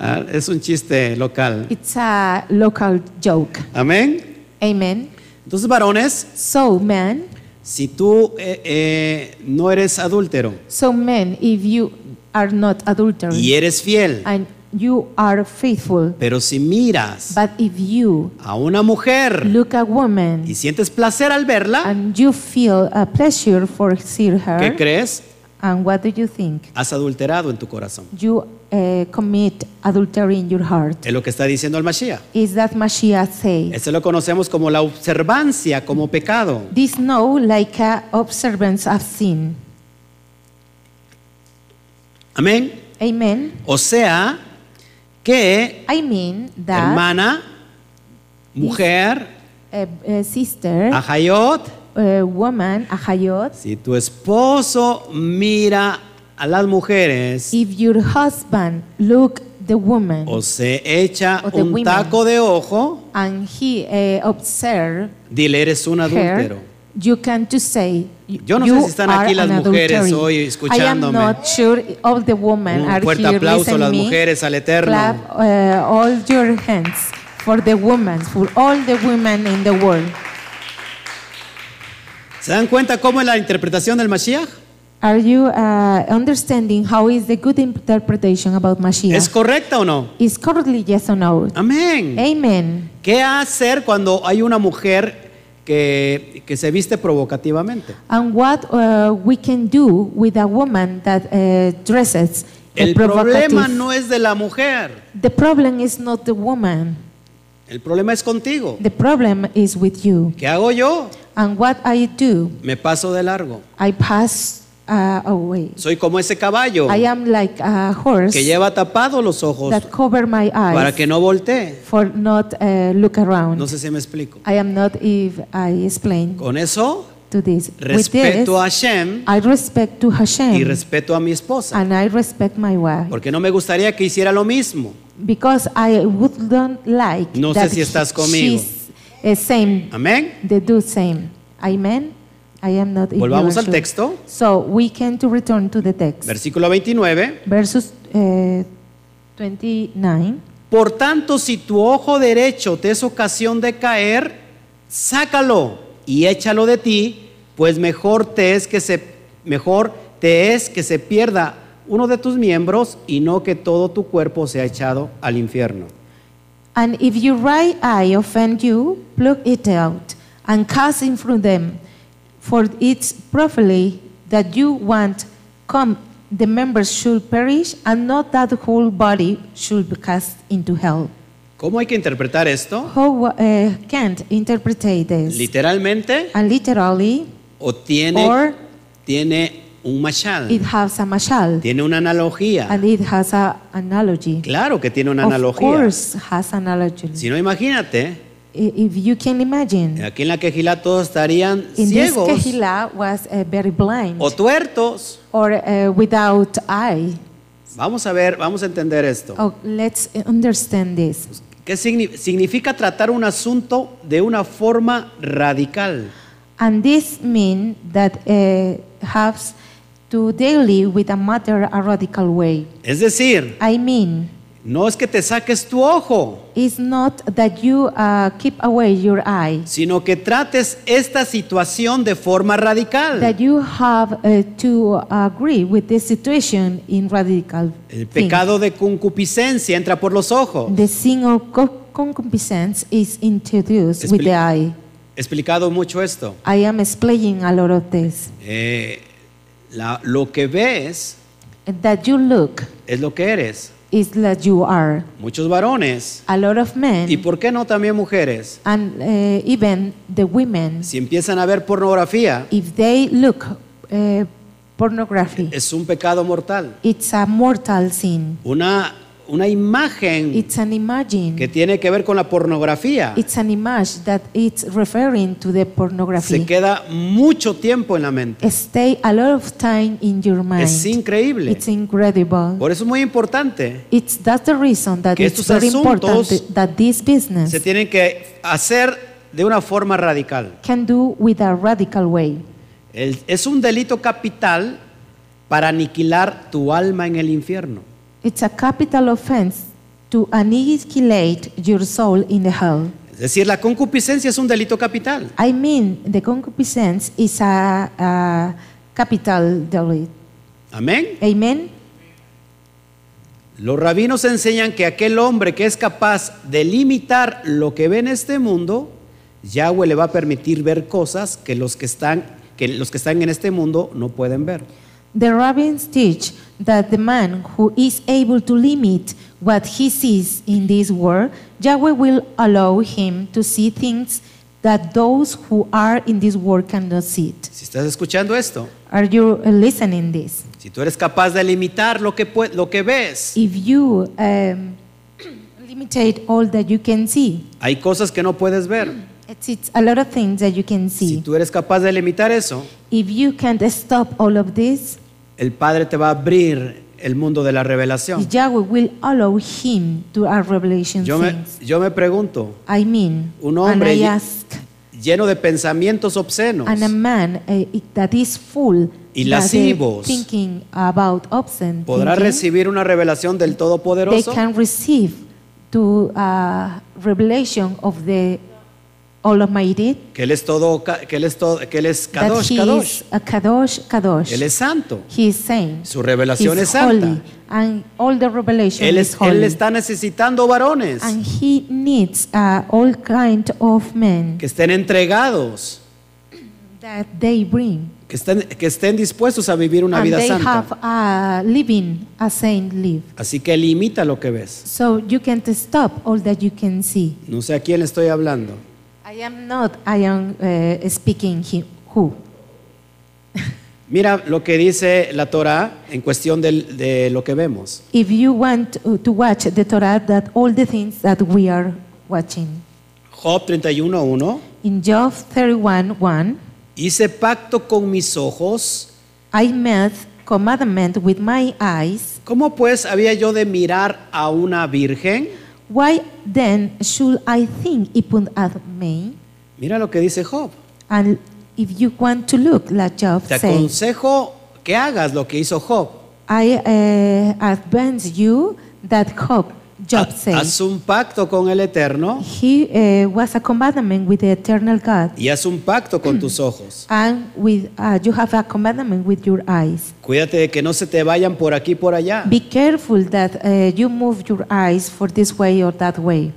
Ah, es un chiste local. It's a local joke. Amén. Amen. Entonces, varones, So man, si tú eh, eh, no eres adúltero so men, if you are not adulterous y eres fiel, and you are faithful, pero si miras but if you a una mujer look a woman y sientes placer al verla, and you feel a pleasure for seeing ¿qué her, crees? and what do you think? Has adulterado en tu corazón. You uh, commit adultery in your heart. Es lo que está diciendo el Mashiach. Is that Mashiach says? Eso lo conocemos como la observancia, como pecado. This no like a observance of sin. Amén. Amen. O sea, que I mean that hermana, mujer, a, a eh, sister, Ah. ajayot, a woman, a hayot, si tu esposo mira a las mujeres if your husband look the woman o se echa O the un women. taco de ojo, and he uh, observe dile eres un adúltero. her, you can to say you- Yo no sé you si están are aquí las an mujeres adultery. hoy I am escuchándome. not sure all the women Un are fuerte here aplauso a listening las me. mujeres, al Eterno. Clap uh, all your hands for the women, for all the women in the world. ¿Se dan cuenta cómo es la interpretación del Mashiach? Are you uh, understanding how is the good interpretation about Mashiach? ¿Es correcta o no? is correctly yes or no? Amén. Amen. ¿Qué hacer cuando hay una mujer que, que se viste provocativamente? And what uh, we can do with a woman that uh, dresses uh, El provocative. problema no es de la mujer, The problem is not the woman. el problema es contigo. The problem is with you. ¿Qué hago yo? And what I do, Me paso de largo. I pass uh, away. Soy como ese caballo I am like a horse Oh. que lleva tapados los ojos that cover my eyes para que no voltee. for not uh, look around. No sé si me explico. I am not if I explain Con eso, to this. With this, respeto a Hashem I respect to y Hashem respeto a mi esposa. and I respect my wife Porque no me gustaría que hiciera lo mismo. because I would don't like No sé that si estás he- conmigo. she's uh, same Amén. They do same. Amen. I am not Volvamos al ignorant. texto. So we can to return to the text. Versículo 29. Verses eh, 29. Por tanto, si tu ojo derecho te es ocasión de caer, sácalo y échalo de ti, pues mejor te es que se mejor te es que se pierda uno de tus miembros y no que todo tu cuerpo sea echado al infierno. And if your right eye offend you, pluck it out and cast in through them. For it's properly that you want come the members should perish and not that the whole body should be cast into hell. ¿Cómo hay que interpretar esto? How uh, can't interpret this? Literalmente And literally, o tiene Or- tiene un It mashal, has a mashal tiene una analogía. and it has an analogy. Claro que tiene una Of analogía. course, has analogy. Si no, imagínate, I- If you can imagine, aquí en la quejilá todos estarían in this ciegos Kehila was uh, very blind o tuertos. or uh, without eye. Vamos a ver, vamos a entender esto. Oh, let's understand this. ¿Qué signi- significa tratar un asunto de una forma radical? And this means that uh, has to daily with a matter a radical way. Es decir, I mean, no es que te saques tu ojo, it's not that you uh, keep away your eye. sino que trates esta situación de forma radical. that you have uh, to agree with the situation in radical El thing. pecado de concupiscencia entra por los ojos. The sin of co- concupiscence is introduced with Expli- the eye. explicado mucho esto. I am explaining a lot of this. Eh, la- lo que ves That you look es lo que eres. is that you are. Muchos varones. A lot of ¿Y men por qué no también mujeres? and eh, even the women, Si empiezan a ver pornografía, if they look eh, pornography, es un pecado mortal. it's a mortal sin. Una, una imagen It's an imagine. que tiene que ver con la pornografía It's an image that it's referring to the se pornography. queda mucho tiempo en la mente. Stay a lot of time in your mind. Es increíble. It's incredible. Por eso es muy importante. It's that's the reason that Que it's estos very asuntos important that this business Se tienen que hacer de una forma radical. can do with a radical way. El- es un delito capital para aniquilar tu alma en el infierno. It's a capital offense to annihilate your soul in the hell. Es decir, la concupiscencia es un delito capital. I mean, the concupiscence is a, a capital delit. Amén. Amen. Los rabinos enseñan que aquel hombre que es capaz de limitar lo que ve en este mundo, Yahweh le va a permitir ver cosas que los que están, que los que están en este mundo no pueden ver. The rabbis teach that the man who is able to limit what he sees in this world, Yahweh will allow him to see things that those who are in this world cannot see it. Si estás escuchando esto, Are you uh, listening this? si tú eres capaz de limitar lo que, pue- lo que ves, If you um, limitate all that you can see, hay cosas que no puedes ver. it's, it's a lot of things that you can Si see. tú eres capaz de limitar eso, If you can't stop all of this, el Padre te va a abrir el mundo de la revelación. Yahweh will allow him to a revelation Yo me, things. yo me pregunto, I mean, Un and hombre I lle- ask. lleno de pensamientos obscenos, And a man eh, it- that is full Y that they lascivos. thinking about obscene ¿podrá thinking, recibir una revelación del they Todopoderoso? can receive to uh, revelation of the All Almighty Que Él es todo, ca- que Él es todo, que Él es that Kadosh, he Kadosh. is a Kadosh Kadosh. Él es santo. he is saying Su revelación he es is santa. holy and all the revelation Él, is es, holy él está necesitando varones and he needs uh, all kind of men que estén entregados, that they bring que estén, que estén dispuestos a vivir una and vida they have santa. a living a saint live. Así que limita lo que ves. So you can't stop all that you can see. No sé a quién le estoy hablando. I am not, I am uh, speaking he, who. Mira lo que dice la Torá en cuestión del- de lo que vemos. If you want uh, to watch the Torah, that all the things that we are watching. Job 31.1 In Job 31 1, Hice pacto con mis ojos. I made commandment with my eyes. ¿Cómo pues había yo de mirar a una virgen? Why then should I think upon at me? Mira lo que dice Job. And if you want to look, like Job Te says, aconsejo que hagas lo que hizo Job. I uh, advance you that hope, Job Ha- says. Haz un pacto con el Eterno He uh, was a commandment with the eternal God, y haz un pacto con tus ojos. and with uh, you have a commandment with your eyes. Cuídate de que no se te vayan por aquí y por allá. Be careful that uh, you move your eyes for this way or that way.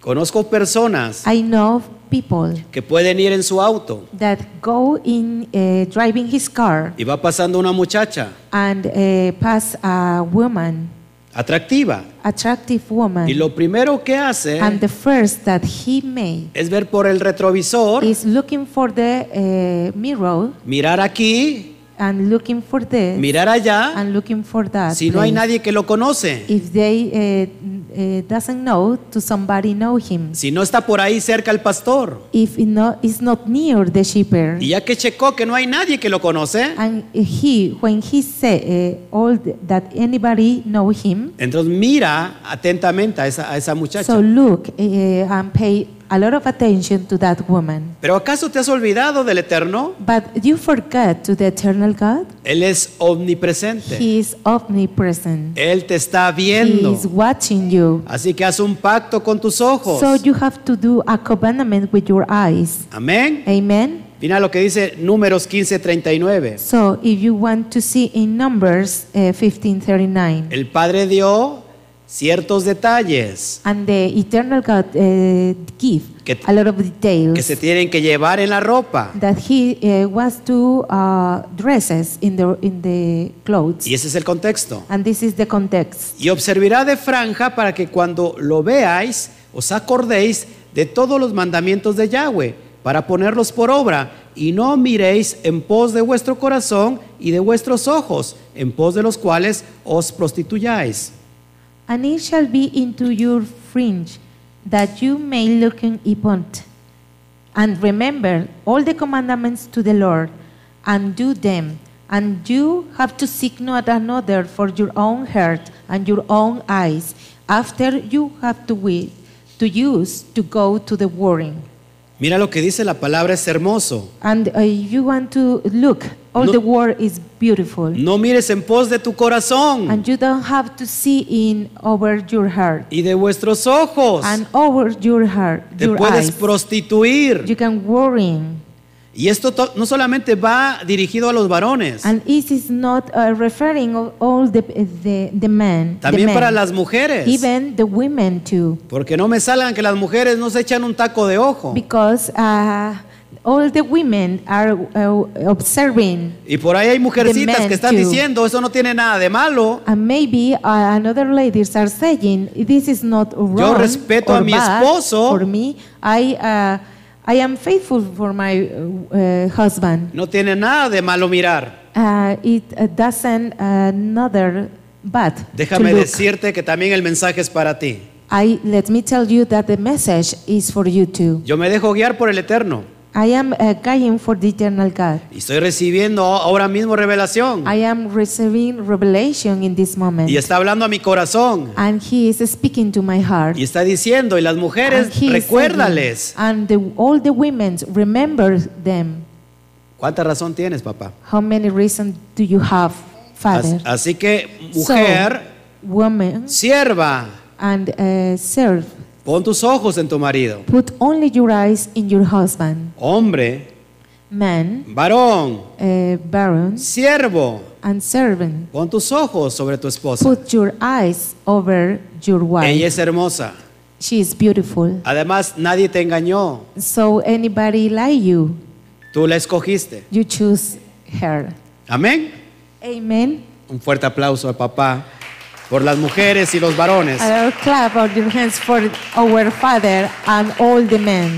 Conozco personas I know people que pueden ir en su auto that go in uh, driving his car y va pasando una muchacha and uh, pass a woman, atractiva attractive woman, y lo primero que hace and the first that he made es ver por el retrovisor, is looking for the uh, mirror mirar aquí, and looking for this mirar allá, and looking for that. si no hay place. nadie que lo conoce, if they uh, uh, doesn't know to somebody know him si no está por ahí cerca el pastor. if it no, is not near the shepherd Y ya que checó que no hay nadie que lo conoce, and he when he say uh, all th- that anybody know him entonces mira atentamente a esa, a esa muchacha. so look uh, and pay a lot of attention to that woman Pero ¿acaso te has olvidado del Eterno? but you forget to the eternal god Él es omnipresente. he is omnipresent Él te está he viendo. is watching you Así que haz un pacto con tus ojos. so you have to do a covenant with your eyes Amén. Eh. amen Mira lo que dice Números 15:39. So if you want to see in Numbers uh, 1539, El Padre dio, ciertos detalles And the eternal God uh, give Que- a lot of details que se tienen que llevar en la ropa. that he uh, was to uh, dresses in the in the clothes. Y ese es el contexto. And this is the context. Y observará de franja para que cuando lo veáis os acordéis de todos los mandamientos de Yahweh para ponerlos por obra y no miréis en pos de vuestro corazón y de vuestros ojos, en pos de los cuales os prostituyáis. And it shall be into your fringe that you may look upon it. And remember all the commandments to the Lord, and do them. And you have to seek not another for your own heart and your own eyes, after you have to wait, to use to go to the warring. Mira lo que dice la palabra, es hermoso. And uh, you want to look, all No- the war is beautiful. No mires en pos de tu corazón And you don't have to see in over your heart. y de vuestros ojos. and over your heart, Te your puedes eyes, prostituir. you can worry. Y esto to- no solamente va dirigido a los varones, And it is not uh, referring of all the the, the men, the también men. para las mujeres. even the women too, Porque no me salgan que las mujeres no se echan un taco de ojo. because uh, all the women are uh, observing. Y por ahí hay mujercitas men que están too. diciendo, eso no tiene nada de malo. And maybe uh, another ladies are saying this is not wrong. respeto a or mi bad esposo." For me, I uh, I am faithful for my uh, uh, husband. No tiene nada de malo mirar. Uh, it uh, doesn't uh, another but Déjame to look. decirte que también el mensaje es para ti. I let me tell you that the message is for you too. Yo me dejo guiar por el Eterno. I am uh, going for the eternal God. Y estoy recibiendo ahora mismo revelación. I am receiving revelation in this moment, Y está hablando a mi corazón. and He is speaking to my heart. Y está diciendo, y las And mujeres, he is saying, recuérdales. and the, all the women remember them. ¿Cuánta razón tienes, papá? How many reasons do you have, As- Father? Así que, mujer, so, woman, sierva, and uh, serve. pon tus ojos en tu marido. Put only your eyes in your husband, Hombre, man. varón, uh, barons siervo, and servant. pon tus ojos sobre tu esposa. Put your eyes over your Ella wife. es hermosa. She is beautiful. Además, nadie te engañó. So anybody like you, Tú la escogiste. you choose her. Amén. Amen. Un fuerte aplauso a papá por las mujeres y los varones. A clap of your hands for our father and all the men.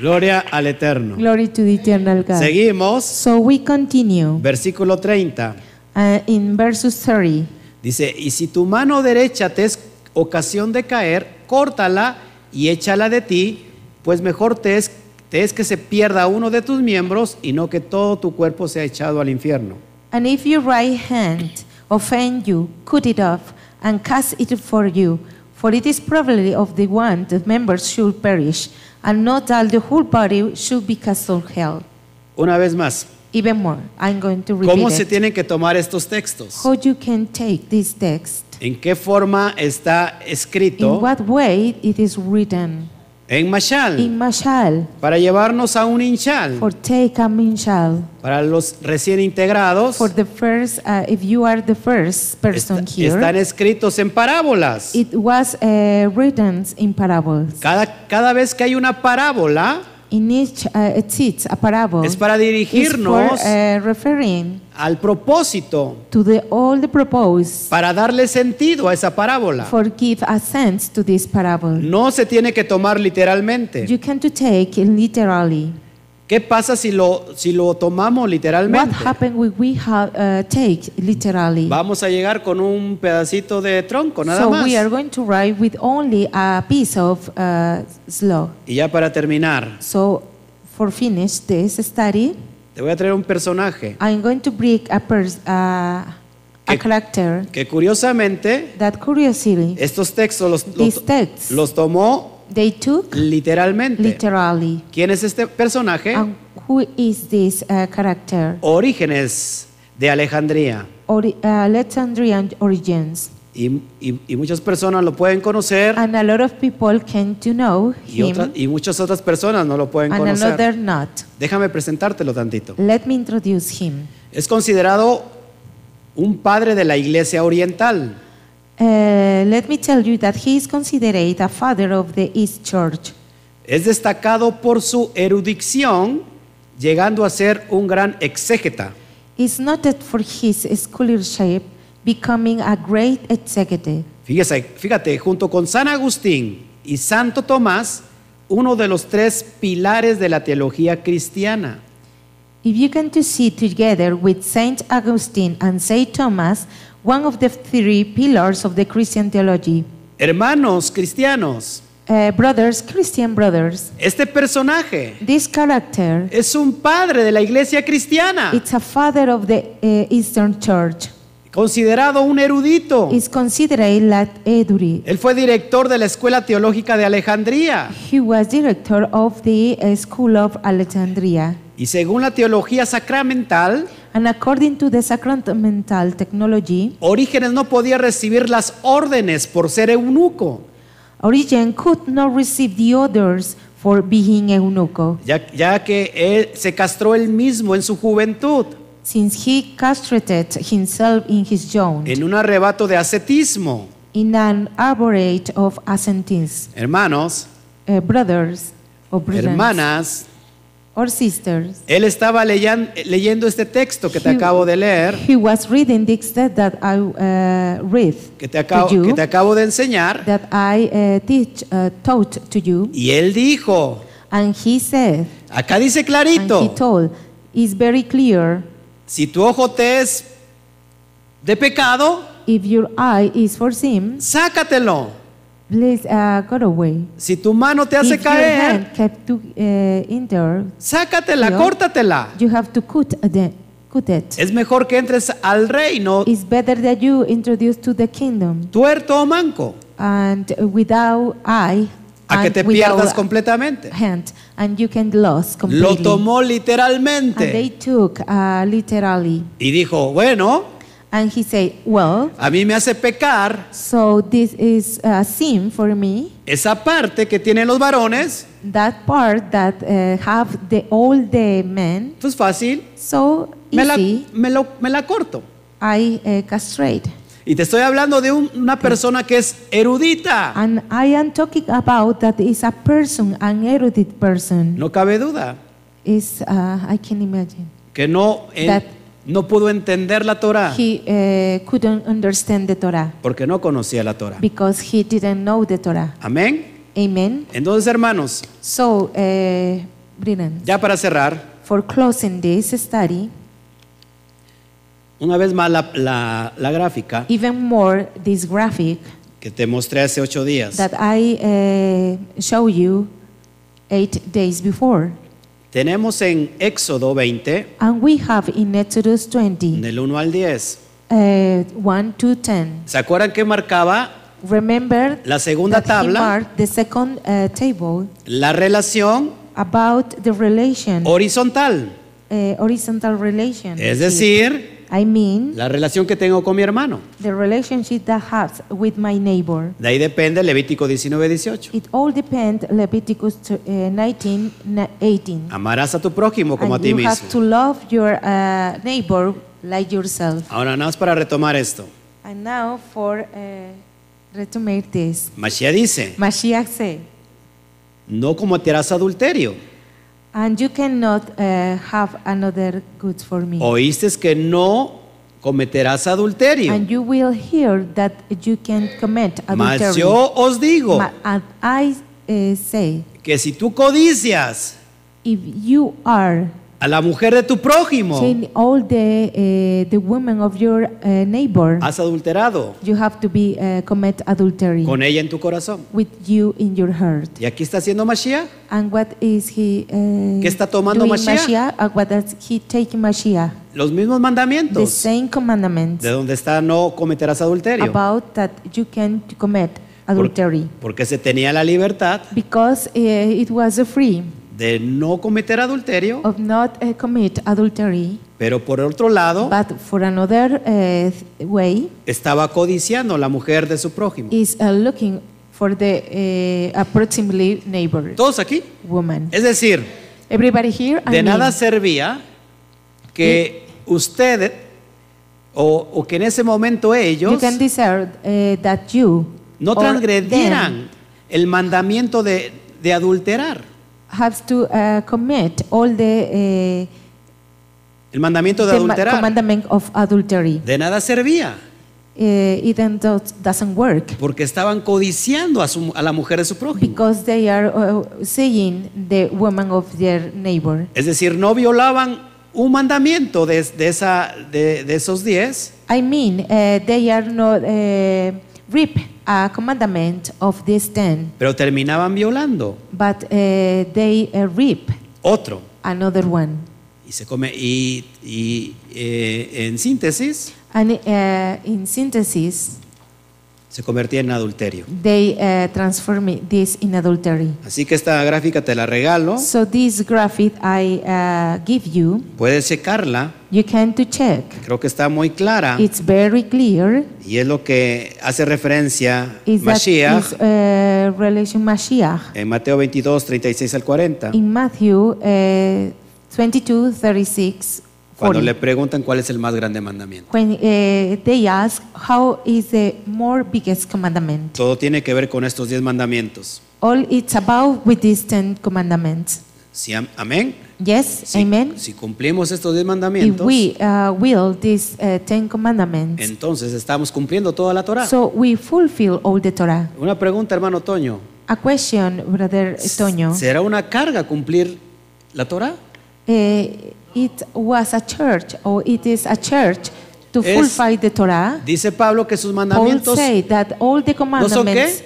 Gloria al Eterno. Glory to the eternal God. Seguimos. So we continue Versículo 30. uh, in verses 30. Dice, y si tu mano derecha te es ocasión de caer, córtala y échala de ti, pues mejor te es, te es que se pierda uno de tus miembros y no que todo tu cuerpo sea echado al infierno. And if your right hand offend you, cut it off and cast it for you. For it is probably of the one that members should perish, and not all the whole body should be cast on hell. Una vez más, Even more, I'm going to repeat ¿cómo se it. tienen que tomar estos textos? How you can take this text? ¿En qué forma está In escrito what way it is written? en Mashal? In Mashal, Para llevarnos a un hinchal, for take a Minshal. para los recién integrados, For the first, uh, if you are the first est- person here, están escritos en parábolas. it was uh, written in parables. Cada, cada vez que hay una parábola, In each, uh, it is a parable. es para It's for, dirigirnos uh, referring al propósito to the all the proposed para darle sentido a esa parábola. for give a sense to this parable. No se tiene que tomar literalmente. You can to take it literally. ¿Qué pasa si lo, si lo tomamos What literalmente? happened when we have uh, take literally? Vamos a llegar con un pedacito de tronco, nada so más. we are going to write with only a piece of uh, slug. Y ya para terminar, So for finish this study, te voy a traer un personaje I'm going to bring a pers- uh, a Que- character que curiosamente that curiously estos textos los, los- these texts los tomó they took literalmente. literally. ¿Quién es este personaje? And who is this uh, character? Orígenes de Alejandría. Or, uh, Alexandrian origins. Y, y- y muchas personas lo pueden conocer And a lot of people came to know y, him, otras- y muchas otras personas no lo pueden and conocer. another not. Déjame presentártelo tantito. Let me introduce him. Es considerado un padre de la iglesia oriental. Uh, let me tell you that he is considered a father of the East Church. Es destacado por su erudición, llegando a ser un gran exégeta. Is noted for his scholarship, becoming a great executive. Fíjese, fíjate, junto con San Agustín y Santo Tomás, uno de los tres pilares de la teología cristiana. If you can to see together with Saint Augustine and Saint Thomas, one of the three pillars of the Christian theology. Hermanos cristianos, Uh, brothers, Christian brothers, este personaje this character es un padre de la iglesia cristiana, it's a father of the uh, Eastern Church. considerado un erudito. Is considered like Eduri. Él fue director de la Escuela Teológica de Alejandría He was director of the uh, School of Alexandria. y según la teología sacramental, And according to the sacramental technology, Orígenes no podía recibir las órdenes por ser eunuco. Origen could not receive the orders for being eunuco, Ya, ya que él se castró él mismo en su juventud, since he castrated himself in his youth, en un arrebato de ascetismo. in an arborate of ascentists, Hermanos, uh, brothers, or brethren, hermanas, or sisters. él estaba leyan- leyendo este texto que te He- acabo de leer, He was reading the extent that I uh, read que te acabo, to you, que te acabo de enseñar, that I uh, teach, uh, taught to you, y él dijo, and he said, acá dice and he clarito, told, is very clear. si tu ojo te es de pecado, If your eye is for sin, sácatelo. please uh, go away. Si tu mano te hace if your caer, hand kept to, uh, in there, sácatela, Yo- córtatela. you have to cut, the, cut it. Es mejor que entres al reino It's better that you introduce to the kingdom tuerto o manco, and without eye a que and te pierdas without completamente. hand, and you can lose Lo completely. tomó and they literalmente took uh, literally, y dijo, bueno, and he said, "Well, a mí me hace pecar so this is a sin for me." esa parte que tienen los varones, That part that uh, have the all the men, pues fácil, so me la, easy, me lo- me la corto. I uh, castrate. Y te estoy hablando de un- una persona que es erudita, And I am talking about that is a person, an erudite person. no cabe duda, Is uh, I can imagine. que no, eh, That- no pudo entender la Torah He uh, couldn't understand the Torah porque no conocía la Torah. because he didn't know the Torah. Amén. Amen. Entonces, hermanos, So, uh, brilliant. ya para cerrar, For closing this study, Una vez más la, la- la gráfica even more this graphic que te mostré hace ocho días that I uh, show you eight days before, tenemos en Éxodo 20, and we have in Exodus 20, del 1 al 10. uh, 1 to 10. ¿Se acuerdan que marcaba Remember La segunda that he tabla. marked the second uh, table la relación about the relation, horizontal? uh, horizontal relation. Es decir, I mean la relación que tengo con mi hermano. the relationship that has with my neighbor. De ahí depende Levítico 19, 18. It all depends Leviticus t- uh, 19, na- 18. Amarás a tu prójimo como a And ti you have mismo. to love your uh, neighbor like yourself. Ahora nada más para retomar esto. And now for uh, retomate this. Mashiach dice, Mashiach said, no cometerás adulterio. and you cannot uh, have another good for me. Oíste que no cometerás adulterio. And you will hear that you can commit Mas adultery. yo os digo Ma- and I uh, say, que si tú codicias if you are a la mujer de tu prójimo, saying all the uh, the women of your uh, neighbor, has adulterado you have to be uh, commit adultery con ella en tu corazón. with you in your heart. Y aquí está haciendo Mashiach. And what is he? Uh, ¿Qué está tomando doing Mashiach? And what does he take Mashiach? Los mismos The mandamientos same commandments de donde está no cometerás adulterio. about that you can commit Por- adultery porque se tenía la libertad because uh, it was a free. de no cometer adulterio, of not uh, commit adultery, pero por otro lado but for another uh, way estaba codiciando la mujer de su prójimo. is uh, looking for the uh, approximately neighbor Todos aquí. woman. Es decir, Everybody here. I de mean, nada servía que usted o, o que en ese momento You ellos can discern eh, that you no or transgredieran them el mandamiento de, de adulterar, have to uh, commit all the, eh, el mandamiento de the ma- adulterar. commandment of adultery. De nada servía, Eh, it then does- doesn't work porque estaban codiciando a, su- a la mujer de su prójimo. because they are uh, seeing the woman of their neighbor. Es decir, no violaban un mandamiento de, de esa, de, de esos diez, I mean, uh, they are not uh, rip a commandment of this ten, pero terminaban violando but uh, they uh, rip otro. another one. Y, se come, y, y, eh, en síntesis, And uh, in synthesis, se convertía en adulterio. they uh, transform it- this in adultery. Así que esta gráfica te la regalo. So this graphic I uh, give you, Puedes checarla. you can to check. Creo que está muy clara. It's very clear. Y es lo que hace referencia Is that is Mashiach uh, relation Mashiach en Mateo 22, 36 al 40. in Matthew uh, 22, 36, 40. Cuando le preguntan cuál es el más grande mandamiento. when eh, they ask how is the more biggest commandment Todo tiene que ver con estos 10 mandamientos. all it's about with these 10 commandments Si am- amén. yes Si, amen si cumplimos estos 10 if mandamientos, we uh, will these uh, 10 commandments entonces estamos cumpliendo toda la Torah. so we fulfill all the torah Una pregunta, hermano Toño. a question brother toño ¿Será una carga cumplir la Torah? Eh, it was a church or it is a church to Es- fulfill the torah Dice Pablo que sus Paul mandamientos say that all the no son qué? commandments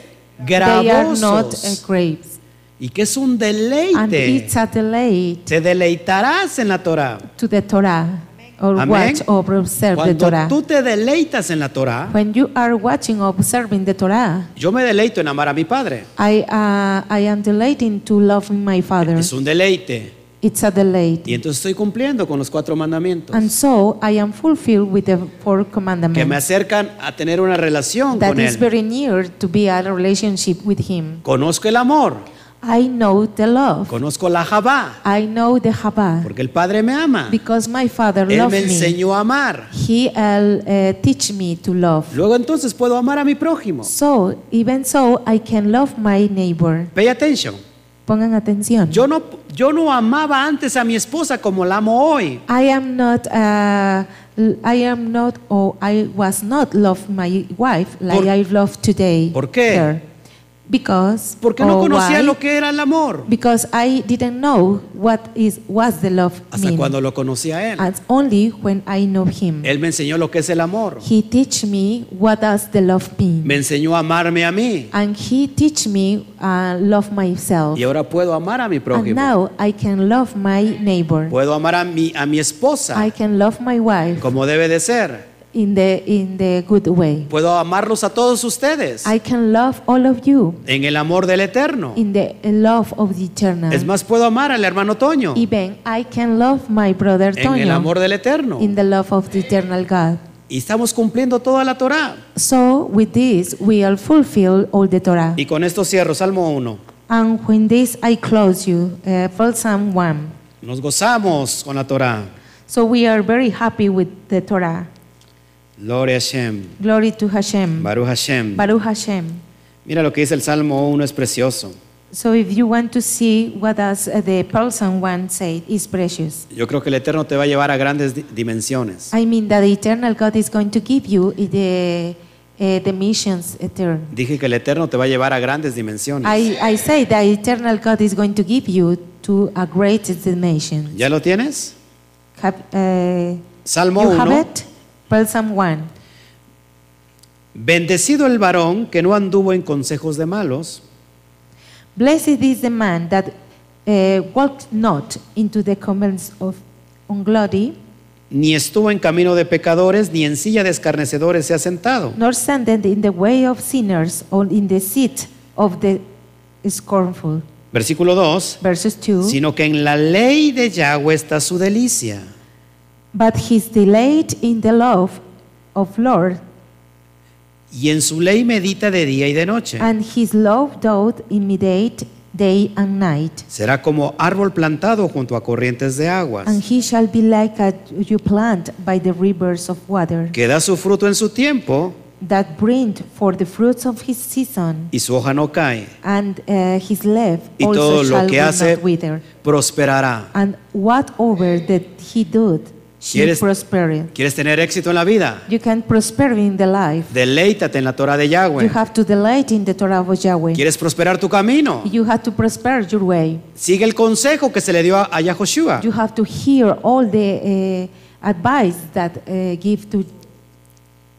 they are not uh, Gravosos. graves Y que es un and deleite. it's a delay Te deleitarás en la Torah. to the Torah or Amén. watch or observe the Cuando Torah. tú te deleitas en la Torah, When you are watching or observing the Torah, yo me deleito en amar a mi Padre. I, uh, I am delighting to love my Father. Es un deleite. It's a delight. Y entonces estoy cumpliendo con los cuatro mandamientos And so I am fulfilled with the que four me commandments. acercan a tener una relación That con is Él. very near to be a relationship with Him. Conozco el amor, I know the love. conozco la Jabá, I know the Haba. porque el Padre me ama. Because my Father Él loved me me. enseñó a amar. He uh, uh, teach me to love. Luego entonces puedo amar a mi prójimo. So, even so, I can love my neighbor. Pay attention. Pongan atención. Yo no, yo no amaba antes a mi esposa como la amo hoy. I am not, uh, l- I am not, or I was not love my wife like Por- I love today. ¿Por qué? her. Because. Porque no or conocía Oh, why? lo que era el amor. Because I didn't know what is was the love Hasta mean. cuando lo conocí a él. And only when I know him, Él me enseñó lo que es el amor. he teach me what does the love mean, Me enseñó a amarme a mí. and he teach me uh, love myself. Y ahora puedo amar a mi and prójimo. now I can love my neighbor. Puedo amar a mi, a mi esposa I can love my wife como debe de ser. in the in the good way. Puedo amarlos a todos ustedes I can love all of you en el amor del eterno. in the love of the eternal. Es más, puedo amar al hermano Toño Even I can love my brother en el Toño amor del eterno. in the love of the eternal God. Y estamos cumpliendo toda la Torah. So with this we will fulfill all the Torah. Y con esto cierro, Salmo 1. And when this I close you, uh, Psalm 1. Nos gozamos con la Torah. So we are very happy with the Torah. Gloria a Hashem. Glory to Hashem. Baruch Hashem. Baruch Hashem. Mira lo que dice el Salmo 1, es precioso. So if you want to see what does uh, the Psalm 1 say is precious. Yo creo que el Eterno te va a llevar a grandes di- dimensiones. I mean that the eternal God is going to give you the uh, the missions eternal. Dije que el Eterno te va a llevar a grandes dimensiones. I, I say the eternal God is going to give you to a great destination. ¿Ya lo tienes? Have, uh, Salmo you have 1. it? Psalm 1. Bendecido el varón que no anduvo en consejos de malos, Blessed is the man that uh, walked not into the commons of ungodly, ni estuvo en camino de pecadores, ni en silla de escarnecedores se ha sentado. nor standeth in the way of sinners, or in the seat of the scornful. Versículo 2. Verses 2. Sino que en la ley de Yahweh está su delicia. But his delight in the love of Lord, Y en su ley medita de día y de noche. and his love doth imitate day and night. Será como árbol plantado junto a corrientes de And aguas, he shall be like a you plant by the rivers of water, que da su fruto en su tiempo that bring forth the fruits of his season, y su hoja no cae, and uh, his leaf y todo also lo shall que not hace wither. prosperará. And whatever that he doeth, shall ¿Quieres- prosper. ¿Quieres tener éxito en la vida? You can prosper in the life. Deleítate en la Torah de You Yahweh. have to delight in the Torah of Yahweh. ¿Quieres prosperar tu camino? You have to prosper your way. Sigue el consejo que se le dio a, a Yahoshua. You have to hear all the uh, advice that uh, give to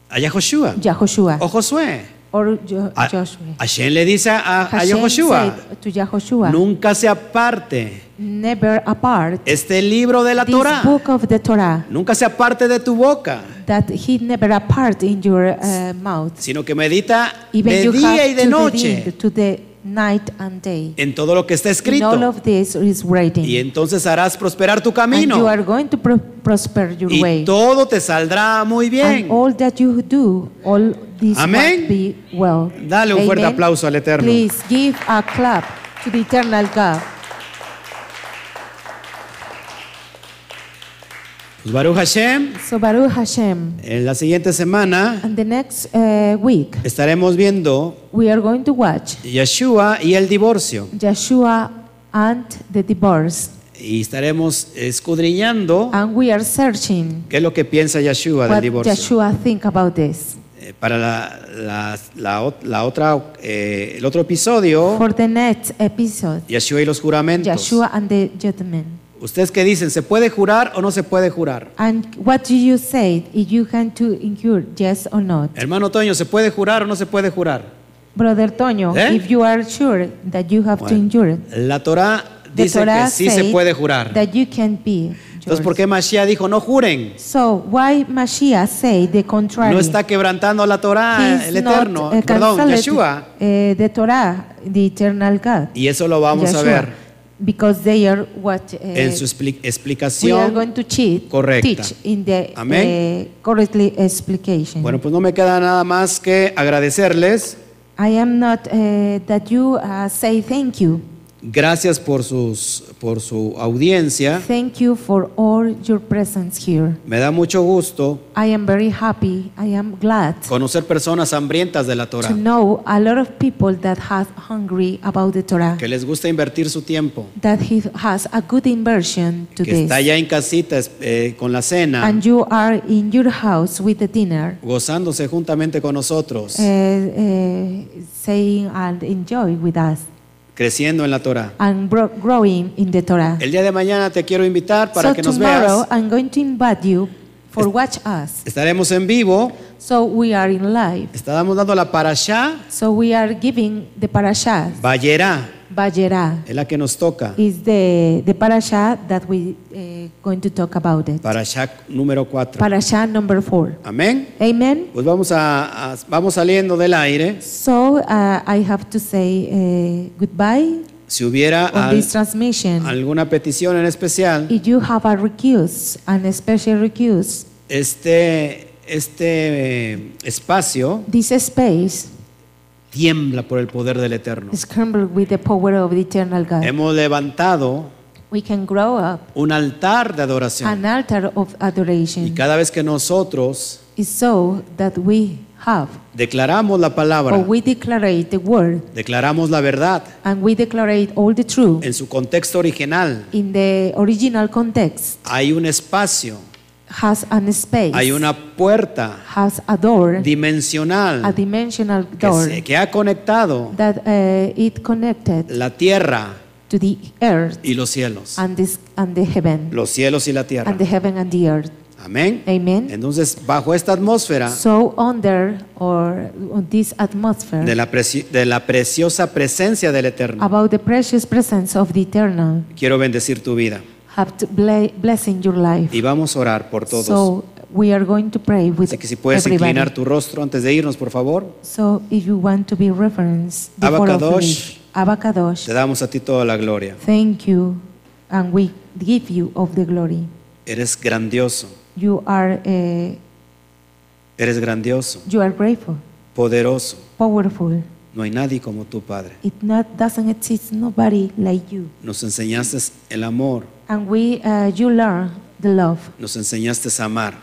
A Yahoshua. Yahoshua O Josué. or Jo- A- Joshua. Hashem le dice a, a Hashem Yahoshua, said to Yahoshua, nunca se aparte never apart este libro de la this Torah. book of the Torah, Nunca se aparte de tu boca, that he never apart in your uh, mouth. sino que medita Even de you día y have de to read noche to the night and day. en todo lo que está In all escrito. of this is writing. Y entonces harás prosperar tu and you are camino going to pro- prosper your way. y todo te saldrá muy bien. And all that you do, all this Amén. must be well. Dale un fuerte Amen. aplauso al Eterno. Please give a clap to the eternal God. Pues Baruch Hashem, So Baruch Hashem. en la siguiente semana And the next uh, week, estaremos viendo we are going to watch Yeshua y el divorcio. Joshua and the divorce. Y estaremos escudriñando And we are searching qué es lo que piensa Yeshua del what divorcio. Joshua think about this. Eh, Para la, la- la ot- la otra, eh, el otro episodio, For the next episode, Yeshua y los juramentos. Joshua and the judgment. ¿Ustedes qué dicen? ¿Se puede jurar o no se puede jurar? And what do you say? If you can to incur, yes or not? Hermano Toño, ¿se puede jurar o no se puede jurar? Brother Toño, ¿Eh? if you are sure that you have to Bueno, endure, la Torah the dice Torah que sí se said puede jurar. That you can be. Entonces, ¿por yours. qué Mashiach dijo no juren? So why Mashiach say the contrary? No está quebrantando la Torah, He's el not, Eterno, uh, perdón, canceled, Yeshua. uh, the Torah, the eternal God. Y eso lo vamos a Yeshua, ver Because they are what uh, en su expli- we are explicación. going to cheat, correcta. teach in the Amén. uh, correctly explication. Bueno, pues no me queda nada más que agradecerles. I am not uh, that you uh, say thank you. Gracias por, sus, por su audiencia. Thank you for all your presence here. Me da mucho gusto I am very happy. I am glad conocer personas hambrientas de la to Torah, know a lot of people that have hungry about the Torah, que les gusta invertir su tiempo, that he has a good inversion to que está this. ya en casita es- eh, con la cena, And you are in your house with the dinner, gozándose juntamente con nosotros, uh, uh, saying and enjoy with us creciendo en la Torah. and bro- growing in the Torah. El día de mañana te quiero invitar para So que nos tomorrow veas. I'm going to invite you for watch us. Estaremos en vivo. So we are in live. Estábamos dando la parashá So we are giving the parashah, Bayerá, Vayera. es la que nos toca. is the, the parasha that we uh, going to talk about it. Parashá número 4. Parasha number four. Amén. Amen. Pues vamos, a, a- vamos saliendo del aire. So uh, I have to say uh, goodbye Si hubiera on al- this transmission. alguna petición en especial, if you have a recuse, an special recuse, este, este eh, espacio this space tiembla por el poder del Eterno. is crumbled with the power of the eternal God. Hemos levantado We can grow up un altar de adoración. an altar of Y adoration. cada vez que nosotros It's so that we have, declaramos la or palabra, Oh, we declare the word, declaramos la verdad and we declare all the truth. en su contexto original, in the original context hay un espacio, has an space, hay una puerta has a door, a dimensional dimensional que, door se- que ha conectado that uh, it connected la tierra to the earth y los cielos. and, this, and the heaven, Los cielos y la tierra. and the heaven and the earth. Amén. Amen. Entonces, bajo esta atmósfera So under or on this atmosphere de la, preci- de la preciosa presencia del Eterno. about the precious presence of the eternal Quiero bendecir tu vida have to bla- bless in your life. y vamos a orar por todos. So we are going to pray with Así que si puedes everybody. inclinar tu rostro antes de irnos, por favor, So if you want to be referenced before of Abacadosh. leave, Abacadosh, te damos a ti toda la gloria. Thank you, and we give you of the glory. Eres grandioso, You are uh, eres grandioso, you are grateful, poderoso, powerful, No hay nadie como tu Padre. It not, doesn't exist nobody like you. Nos enseñaste el amor, And we, uh, you learn the love. nos enseñaste a amar.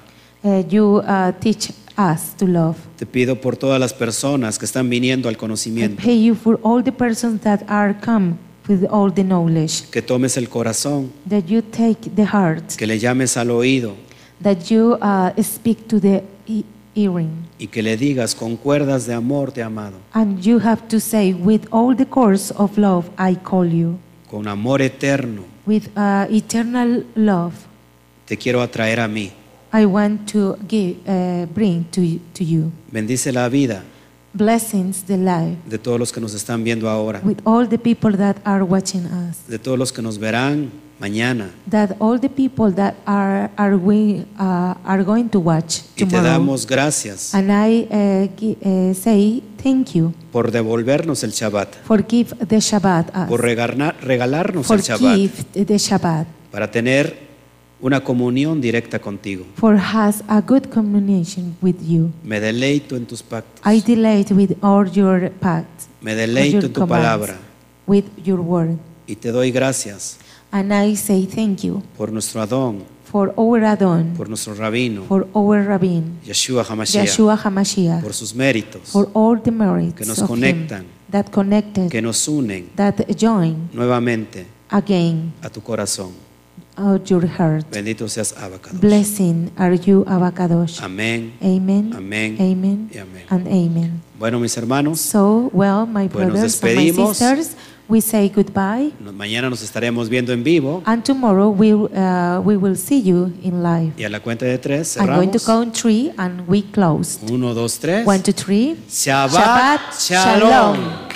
Uh, you uh, teach us to love. Te pido por todas las personas que están viniendo al I conocimiento, pay you for all the persons that are come with all the knowledge. que tomes el corazón, That you take the heart. que le llames al oído That you uh, speak to the e- earring. y que le digas con cuerdas de amor te he amado, And you have to say, with all the course of love, I call you. con amor eterno With uh, eternal love, te quiero atraer a mí. I want to give, uh, bring to, y- to you Bendice la vida blessings, the life, de todos los que nos están viendo ahora, with all the people that are watching us, de todos los que nos verán mañana. that all the people that are, are, we, uh, are going to watch Y te tomorrow. damos gracias And I uh, gi- uh, say thank you por devolvernos el Shabbat, for give the Shabbat por us. regarna- regalarnos For el Shabbat, give the Shabbat. para tener una comunión directa contigo. For has a good communication with you. Me deleito en tus pactos, I delight with all your pact, me all deleito your en tu palabra with your word. y te doy gracias And I say thank you por nuestro Adón, for our Adon, por nuestro rabino, for our Rabin, Yeshua Hamashiach, Yeshua HaMashiach, por sus méritos for all the merits Que nos of conectan. him that connected, que nos unen that join nuevamente again a tu corazón. out your heart. Bendito seas, Abacados. Blessing are you, Abacadosh. Amén. Amen. Amén. Amen. Y amén. And amen. Bueno, mis hermanos, So, well, my Pues nos brothers and my despedimos. sisters, we say goodbye. no- mañana nos estaremos viendo en vivo And tomorrow we, uh, we will see you in live. y a la cuenta de tres I'm going to cerramos. count three and we close. Uno, dos, tres. One, two, three. Shabbat, shalom.